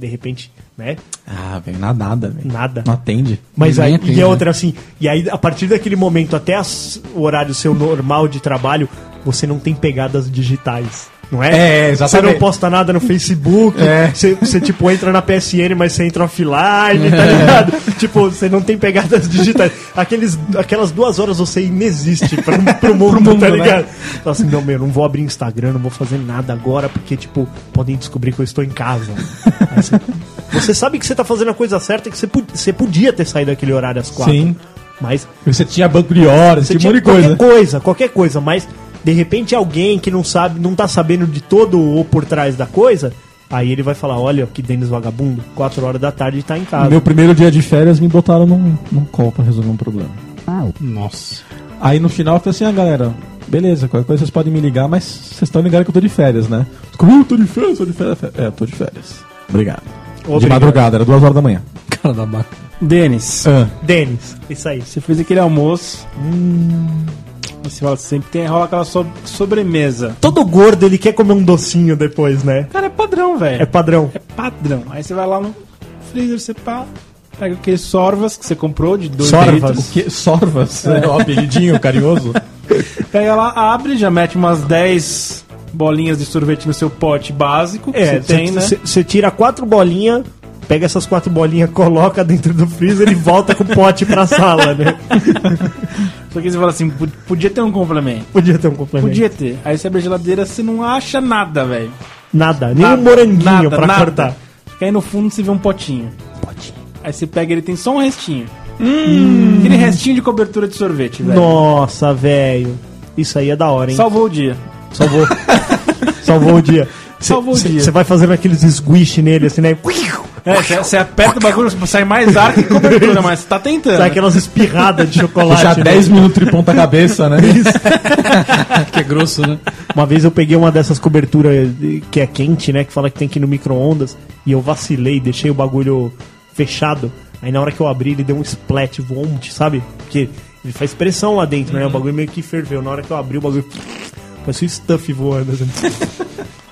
S5: De repente, né?
S2: Ah, velho, nada, nada, velho.
S5: Nada.
S2: Não atende.
S5: Mas
S4: Ninguém
S5: aí,
S4: atende,
S5: e
S4: né?
S5: a outra assim. E aí, a partir daquele momento, até as- o horário seu normal de trabalho, você não tem pegadas digitais. Não é?
S2: É, é,
S5: Você
S2: exatamente.
S5: não posta nada no Facebook,
S2: É.
S5: você, você, tipo entra na PSN, mas você entra offline, tá
S2: É.
S5: ligado? Tipo, você não tem pegadas digitais. Aqueles, aquelas duas horas você inexiste pra, pro, mundo,
S2: mundo,
S5: tá
S2: né?
S5: ligado? Fala assim, não, meu, não vou abrir Instagram, não vou fazer nada agora, porque, tipo, podem descobrir que eu estou em casa. Aí você, você sabe que você tá fazendo a coisa certa, que você, po- você podia ter saído daquele horário às quatro.
S2: Sim.
S5: Mas
S2: Você tinha banco de horas,
S5: você
S2: tinha um monte de
S5: qualquer
S2: coisa.
S5: qualquer coisa, mas de repente alguém que não sabe, não tá sabendo de todo o por trás da coisa, aí ele vai falar, olha que Denis vagabundo, 4 horas da tarde tá em casa.
S2: Meu primeiro dia de férias me botaram num, num call pra resolver um problema.
S4: Nossa.
S2: Aí no final eu falei assim, ah galera, Beleza, qualquer coisa vocês podem me ligar, mas vocês estão ligados que eu tô de férias, né? Como eu tô de férias, tô de férias. É, tô de férias. Obrigado. De
S5: Obrigado.
S2: madrugada, era duas horas da manhã.
S4: Cara da vaca.
S3: Denis.
S2: Ah.
S5: Denis, isso aí.
S3: Você fez aquele almoço.
S2: Hum.
S3: Você fala sempre tem rola aquela so- sobremesa.
S5: Todo gordo ele quer comer um docinho depois, né?
S3: Cara, é padrão, velho.
S5: É padrão.
S3: É padrão. Aí você vai lá no freezer, você pá, pega aquele sorvas que você comprou de dois litros.
S2: O quê? Sorvas? É um apelidinho carinhoso?
S3: Pega lá, abre, já mete umas 10 bolinhas de sorvete no seu pote básico que
S5: É,
S3: você tem, né?
S5: Você tira quatro bolinhas, pega essas quatro bolinhas, coloca dentro do freezer e volta com o pote pra sala, né?
S3: Só que você fala assim, "Pod- podia ter um complemento.
S5: Podia ter um complemento.
S3: Podia ter. Aí você abre a geladeira, você não acha nada, velho.
S5: Nada, nem um
S3: Nada,
S5: moranguinho
S3: nada,
S5: pra
S3: nada.
S5: cortar.
S3: Porque aí no fundo você vê um potinho. Aí você pega ele tem só um restinho.
S5: Hum.
S3: Aquele restinho de cobertura de sorvete, velho.
S5: Nossa, velho. Isso aí é da hora, hein?
S3: Salvou o dia.
S5: Salvou. Salvou o dia.
S3: Salvou o dia.
S5: Você vai fazendo aqueles squish nele, assim, né?
S3: É, você aperta o bagulho, sai mais ar que cobertura, mas você tá tentando.
S5: Sai aquelas espirradas de chocolate.
S2: Já
S5: né?
S2: 10 minutos de ponta cabeça, né?
S4: Que é grosso, né?
S5: Uma vez eu peguei uma dessas coberturas de- que é quente, né? Que fala que tem que ir no micro-ondas. E eu vacilei, deixei o bagulho fechado. Aí na hora que eu abri, ele deu um splat vomit, sabe? Porque ele faz pressão lá dentro,
S3: Uhum.
S5: né? O bagulho meio que ferveu. Na hora que eu abri, o bagulho. Parecia um stuff voando. assim.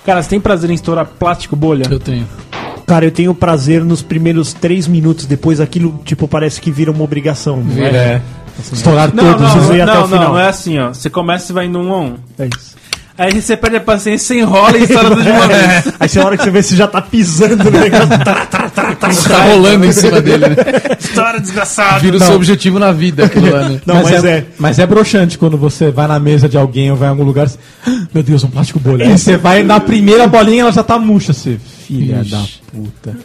S3: Cara, você tem prazer em estourar plástico bolha?
S4: Eu tenho.
S5: Cara, eu tenho prazer nos primeiros três minutos. Depois aquilo, tipo, parece que vira uma obrigação. não é?
S2: É. Estourar
S3: Não, não,
S2: todos os...
S5: eu ia
S3: não,
S5: até o
S3: não,
S5: final.
S3: não, é assim, ó. Você começa e vai no um a um.
S5: É isso.
S3: Aí você perde a paciência, você enrola e estoura tudo de uma vez.
S5: Aí você, na hora que você vê, você já tá pisando no negócio. Tá, tá, tá, tá.
S4: Tá rolando em cima dele, né?
S3: Estoura, desgraçado.
S4: Vira o seu objetivo na vida, aquilo lá, né?
S5: Não, mas, é.
S2: Mas é broxante quando você vai na mesa de alguém ou vai em algum lugar. você- "Ah, Meu Deus, um plástico bolha. E você vai na primeira bolinha ela já tá murcha. Você, filha
S4: Ixi.
S2: da puta.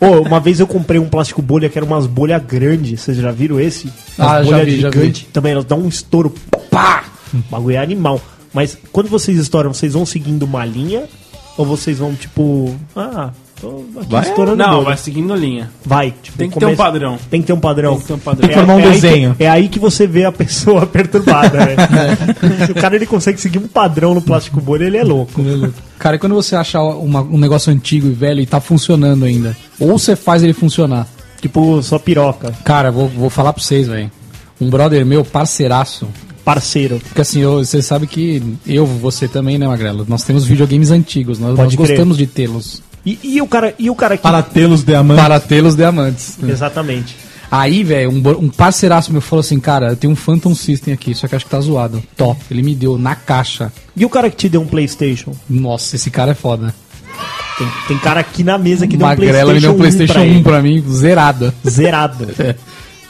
S5: Ô, uma vez eu comprei um plástico bolha que era umas bolhas grandes. Vocês já viram esse?
S4: Ah,
S5: Umas
S4: já
S5: bolhas
S4: vi, já
S5: gigantes. Também elas dão um estouro. Pá! O bagulho é animal. Mas quando vocês estouram, vocês vão seguindo uma linha? Ou vocês vão tipo. Ah, tô aqui estourando
S3: Não,
S5: bolha.
S3: vai seguindo linha.
S5: Vai, tipo,
S3: Tem que ter um padrão.
S5: Tem que ter um padrão.
S3: Tem que ter um padrão.
S5: É-
S2: Formar um
S5: é aí que-
S2: desenho.
S5: é aí que você vê a pessoa perturbada, né? Se o cara ele consegue seguir um padrão no plástico bolha, ele é louco.
S4: Cara, e quando você acha uma- um negócio antigo e velho e tá funcionando ainda? Ou você faz ele funcionar?
S5: Tipo, só piroca,
S4: Cara, vou, vou falar pra vocês, velho. Um brother meu, parceiraço.
S5: parceiro.
S4: Porque assim, eu- você sabe que eu, você também, né, Magrelo? Nós temos videogames antigos, nós, nós
S5: Pode crer.
S4: gostamos de tê-los.
S5: E, e o cara, e o cara que.
S2: Para tê-los de amante.
S4: Para tê-los diamantes.
S5: Exatamente.
S4: Aí, velho, um, bo- um parceiraço meu falou assim, cara, eu tenho um Phantom System aqui, só que acho que tá zoado. Top. Ele me deu na caixa.
S5: E o cara que te deu um PlayStation?
S4: Nossa, esse cara é foda.
S5: Tem, tem cara aqui na mesa que deu um PlayStation,
S4: Magrela me deu um PlayStation 1 pra, É,
S5: ele.
S4: mim, zerado.
S5: Zerado.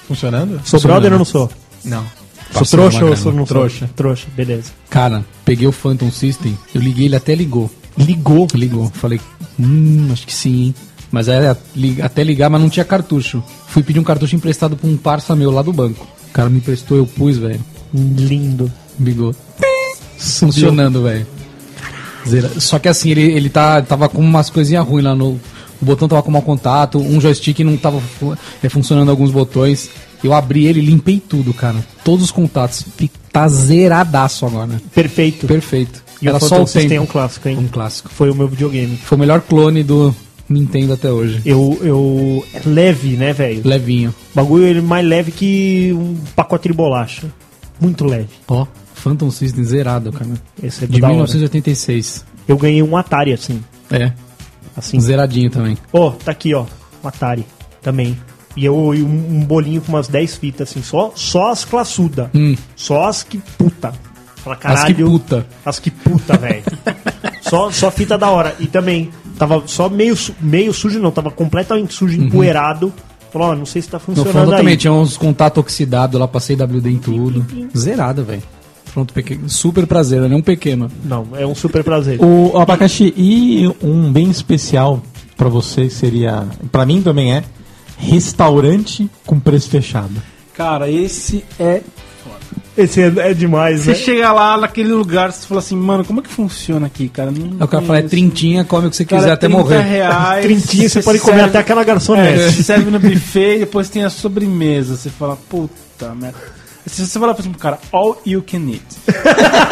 S2: Funcionando?
S5: Sou brother ou não sou?
S4: Não.
S5: Sou trouxa ou sou não trouxa? Trouxa, beleza.
S4: Cara, peguei o Phantom System, eu liguei, ele até ligou.
S5: Ligou.
S4: Ligou. Falei, hum, acho que sim, hein? Mas era li- até ligar, mas não tinha cartucho. Fui pedir um cartucho emprestado pra um parça meu lá do banco. O cara me emprestou, eu pus, velho.
S5: Lindo.
S4: Ligou. Funcionando, velho. Zera- Só que assim, ele, ele tá, tava com umas coisinhas ruins lá no. O botão tava com mau contato, um joystick não tava fu- é, funcionando alguns botões. Eu abri ele e limpei tudo, cara. Todos os contatos. Fi- Tá zeradaço agora.
S5: Perfeito.
S4: Perfeito.
S5: E
S4: Era
S5: o
S4: só
S5: Phantom
S4: o
S5: System é um
S4: tempo.
S5: clássico, hein?
S4: Um clássico.
S5: Foi o meu videogame.
S4: Foi o melhor clone do Nintendo até hoje.
S5: Eu, eu... é Leve, né, velho?
S4: Levinho.
S5: O bagulho ele é mais leve que um pacote de bolacha. Muito leve.
S4: Ó, Phantom System zerado, cara.
S5: Esse é
S4: De
S5: da hora.
S4: 1986.
S5: Eu ganhei um Atari, assim.
S4: É,
S5: Assim.
S4: zeradinho também.
S5: Ó, tá aqui, ó. Um Atari também. E eu e um, um bolinho com umas 10 fitas, assim, só, só as classuda.
S4: Hum.
S5: Só as que puta. Fala, caralho.
S4: As que puta.
S5: As que puta, velho. só, só fita da hora. E também, tava só meio, su- meio sujo, não, tava completamente sujo, empoeirado. Falou, ó, não sei se tá
S4: No
S5: funcionando
S4: fundo
S5: aí.
S4: também tinha uns contatos oxidados lá, passei WD em tudo. Zerado, velho. Pronto, pequeno. Super prazer, né? Um pequeno.
S5: Não, é um super prazer.
S2: O abacaxi e um bem especial pra você seria, Pra mim também é, restaurante com preço fechado.
S3: Cara, esse é.
S5: Esse é, é demais,
S3: Você
S5: né?
S3: chega lá naquele lugar, você fala assim, mano, como é que funciona aqui, cara? Não
S4: Aí o cara fala, é
S3: conheço.
S4: trintinha, come o que você
S3: Cara,
S4: quiser até
S3: 30
S4: morrer.
S3: Reais,
S5: Trintinha, você pode comer
S3: serve-
S5: até aquela
S3: É, você
S5: garçonete.
S3: serve no buffet e depois tem a sobremesa. Você fala, puta merda. Se você falar assim pro cara, all you can eat.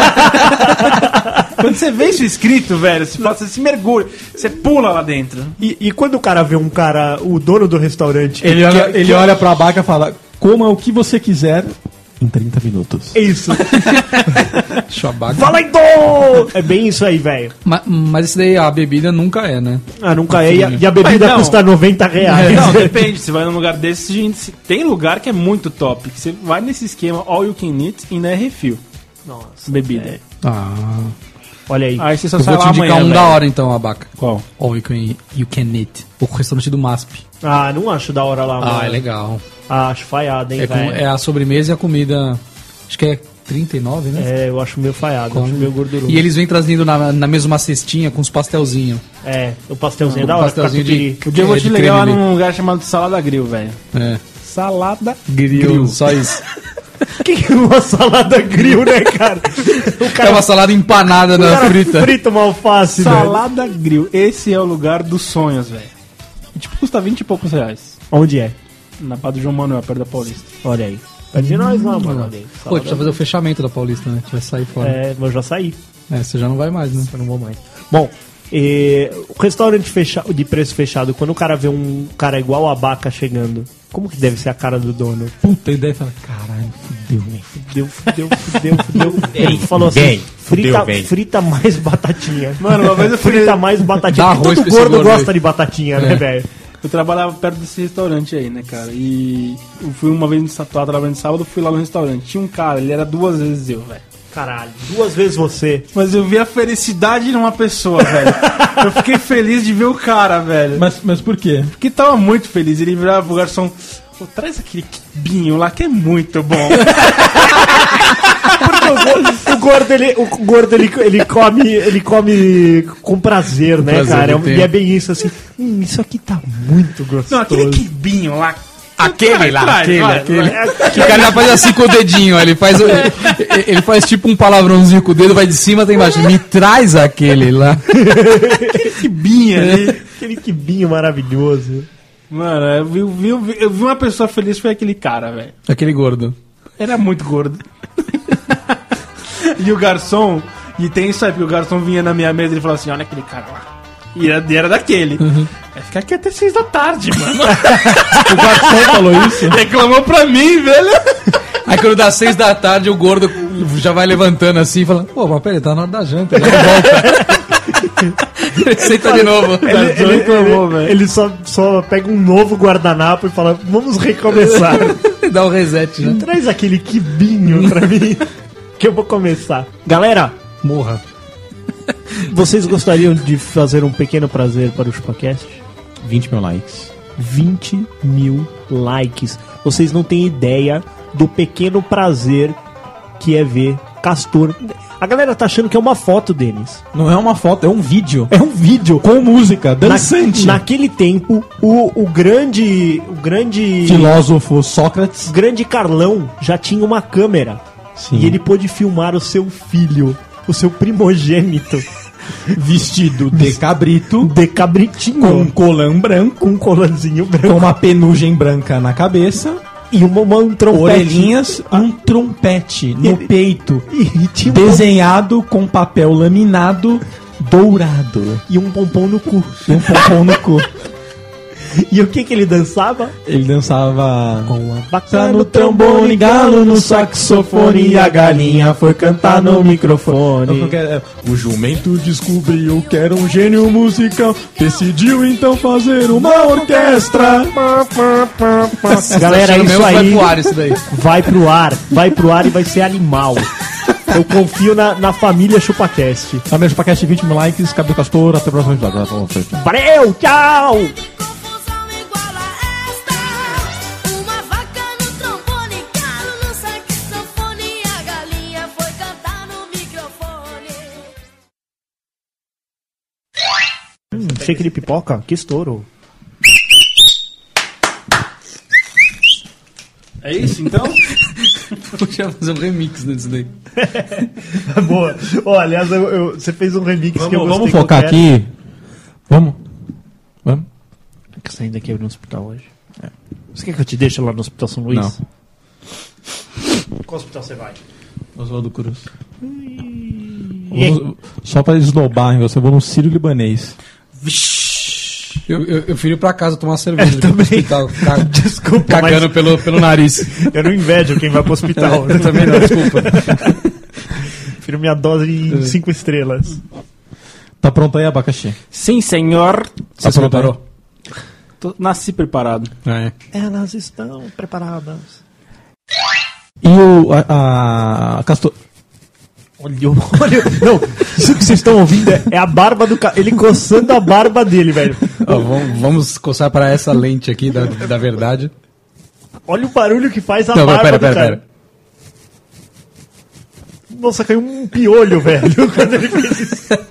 S3: quando você vê isso escrito, velho, você, fala, você se mergulha, você pula lá dentro.
S5: E, e quando o cara vê um cara, o dono do restaurante.
S2: Ele
S5: que-
S2: olha,
S5: que-
S2: ele
S5: que-
S2: olha pra abaca e fala: coma o que você quiser em 30 minutos.
S5: É isso.
S4: Chabaca.
S5: Fala então! É bem isso aí, velho.
S4: Ma- Mas isso daí, a bebida nunca é, né?
S5: Ah, nunca é. E a, e a bebida
S3: Mas não. É,
S5: custa 90
S4: É.
S5: reais.
S3: Não, depende. Você vai num lugar desse, gente, tem lugar que é muito top. Que você vai nesse esquema all you can eat e não é refil. Nossa. Bebida.
S4: Ah.
S5: Olha aí.
S3: Aí você só
S4: Eu
S3: sai
S4: vou te
S3: lá
S4: indicar
S3: amanhã,
S4: um
S3: velho.
S4: da hora então, Abaca.
S3: Qual?
S4: All you can, you can eat. O restaurante do MASP.
S5: Ah, não acho da hora lá, mano.
S4: Ah, é legal.
S5: Ah, acho falhado, hein,
S4: É, com-
S5: velho.
S4: é a sobremesa e a comida. Acho que é 39, né?
S5: É, eu acho meio falhado,
S4: Come.
S5: acho meio gorduroso.
S4: E eles vêm trazendo na, na mesma cestinha com os pastelzinhos.
S5: É, o pastelzinho é
S4: Um
S5: da hora,
S4: pastelzinho de-
S5: catupiry.
S3: Um dia eu vou
S4: É,
S3: te
S4: de
S3: ligar lá
S4: creme.
S3: num lugar chamado Salada Grill, velho.
S4: É.
S3: Salada
S4: Grill. Só isso.
S5: Que que é uma salada grill, né, cara? O
S4: É
S5: cara,
S4: uma salada empanada
S5: o
S4: na
S5: cara
S4: frita.
S5: frita uma alface, velho.
S3: Salada Grill. Esse é o lugar dos sonhos, velho. E, Tipo, custa 20 e poucos reais.
S5: Onde é?
S3: Na pá do João Manuel, perto da Paulista.
S5: Olha aí. É de nós lá, mano. Olha aí.
S4: Pô, precisa fazer o fechamento da Paulista, né? A gente vai sair fora.
S5: É, mas eu já saí.
S4: É, você já não vai mais, né?
S5: Eu não vou mais. Bom, eh, o restaurante fecha de preço fechado, quando o cara vê um cara igual a Abaca chegando, como que deve ser a cara do dono?
S2: Puta, e daí fala: caralho, fudeu, velho.
S5: Fudeu, fudeu, fudeu, fudeu. Ele falou assim:
S12: bem,
S5: frita,
S12: fudeu bem.
S5: frita mais batatinha.
S3: Mano, uma vez eu fui-
S5: Frita mais batatinha.
S4: Dá
S5: porque
S4: arroz
S5: todo
S4: pra esse
S5: gordo
S4: gordo
S5: gosta
S4: aí.
S5: de batatinha, né,
S4: É.
S5: velho?
S3: Eu trabalhava perto desse restaurante aí, né, cara? E eu fui uma vez no sábado, tava trabalhando sábado, fui lá no restaurante. Tinha um cara, ele era duas vezes eu, velho.
S5: Caralho, duas vezes você.
S3: Mas eu vi a felicidade numa pessoa, velho. Eu fiquei feliz de ver o cara, velho. Mas
S2: Mas, mas por quê?
S3: que tava muito feliz. Ele virava pro garçom. "Pô, traz aquele quibinho lá que é muito bom.
S5: O gordo, ele, o gordo ele, ele, come, ele come com prazer, né,
S4: prazer um-
S5: cara?
S4: do
S5: E
S4: tempo.
S5: é bem isso, assim. Hum, isso aqui tá muito gostoso.
S3: Não, aquele quibinho lá.
S12: Aquele lá,
S3: Traz,
S12: aquele,
S3: vai,
S12: aquele.
S5: é
S3: vai.
S4: O cara já faz assim com o dedinho, ó, ele faz, o- ele, ele faz tipo um palavrãozinho com o dedo, vai de cima até embaixo. Me traz aquele lá.
S3: Quibinho ali.
S5: Aquele quibinho maravilhoso.
S3: Mano, eu vi, eu vi- eu vi- eu vi uma pessoa feliz, foi aquele cara, velho.
S4: Aquele gordo.
S3: Era muito gordo. e o garçom, e tem isso aí, porque o garçom vinha na minha mesa e ele falava assim: olha aquele cara lá. E era, e era daquele. Vai ficar aqui até seis da tarde, mano.
S2: O garçom falou isso?
S3: Reclamou pra mim, velho.
S4: Aí quando dá seis da tarde, o gordo já vai levantando assim e fala, pô, mas peraí, tá na hora da janta, já volta. Ele Senta de novo.
S5: Ele, ele,
S3: reclamou,
S5: ele-
S3: velho.
S5: ele só, só pega um novo guardanapo e fala: Vamos recomeçar.
S4: Dá um reset, né?
S5: Traz aquele quibinho pra mim, que eu vou começar. Galera,
S4: Morra.
S5: vocês gostariam de fazer um pequeno prazer para o ChupaCast?
S2: 20 mil likes.
S5: 20 mil likes. Vocês não têm ideia do pequeno prazer que é ver Castor. A galera tá achando que é uma foto deles.
S2: Não é uma foto, é um vídeo.
S5: É um vídeo.
S2: Com música, dançante.
S5: Na- naquele tempo, o, o grande. O grande.
S2: Filósofo Sócrates.
S5: O grande Carlão já tinha uma câmera.
S2: Sim.
S5: E ele pôde filmar o seu filho, o seu primogênito,
S2: vestido de cabrito,
S5: de cabritinho,
S2: com um colã branco,
S5: com um colanzinho branco
S2: com uma penugem branca na cabeça,
S5: e uma, uma um trompete.
S2: orelhinhas, um trompete no
S5: E-
S2: peito,
S5: E, e tinha um-
S2: desenhado com papel laminado dourado.
S5: e um pompom no cu.
S2: E um pompom no cu.
S5: E o que que ele dançava?
S2: Ele dançava. Tá
S5: Bacana
S2: no trombone, galo no saxofone, e a galinha foi cantar
S5: Tá
S2: no microfone. O jumento descobriu que era um gênio musical, decidiu então fazer uma orquestra.
S5: Galera, é
S4: Achando
S5: isso
S4: mesmo
S5: aí.
S4: evacuário isso daí.
S5: Vai pro ar, vai pro ar e vai ser animal. Eu confio na, na família ChupaCast.
S2: Tá mesmo paquete 20 mil likes, Cabelo Castor, até o próximo episódio.
S5: Valeu, tchau!
S7: confusão igual a esta. Uma vaca no trombone, galo no saxofone, e a galinha foi cantar no microfone.
S5: Hum, shake de pipoca? Que estouro.
S3: É isso então?
S4: Podia fazer um remix disso daí.
S5: Boa. Ó, aliás, eu- eu- você fez um remix que eu
S2: Vamos,
S5: gostei.
S2: vamos focar
S5: qualquer.
S2: aqui. Vamos. Vamos.
S5: É que você ainda É. quer ir no hospital hoje. Você quer que eu te deixe lá no Hospital São Luís?
S2: Não.
S5: Qual hospital você vai?
S2: Oswaldo Cruz. Eu vou no- só pra esnobar, hein, você eu vou no Sírio Libanês.
S4: Eu, eu, eu fui pra casa tomar cerveja. Eu também. Hospital, ca-
S5: Desculpa,
S4: Cagando
S5: mas-
S4: pelo, pelo nariz.
S5: Eu não invejo quem vai pro hospital.
S4: Eu também não, desculpa. É.
S5: Prefiro minha dose em 5 estrelas.
S2: Tá pronto aí, abacaxi? Tá
S3: Sim, senhor.
S2: Você se preparou?
S3: Tô- nasci preparado.
S4: É.
S5: Elas estão preparadas.
S2: E o. A,
S5: Ah,
S2: a- Castor.
S5: Olhou, olhou. Não, isso que vocês estão ouvindo é, é a barba do cara. Ele coçando a barba dele, velho.
S4: Ó, vamos, vamos coçar pra essa lente aqui da, da verdade.
S5: Olha o barulho que faz a
S4: Não,
S5: barba
S4: pera,
S5: do
S4: pera,
S5: cara.
S4: pera.
S5: Nossa, caiu um piolho, velho, quando ele fez isso.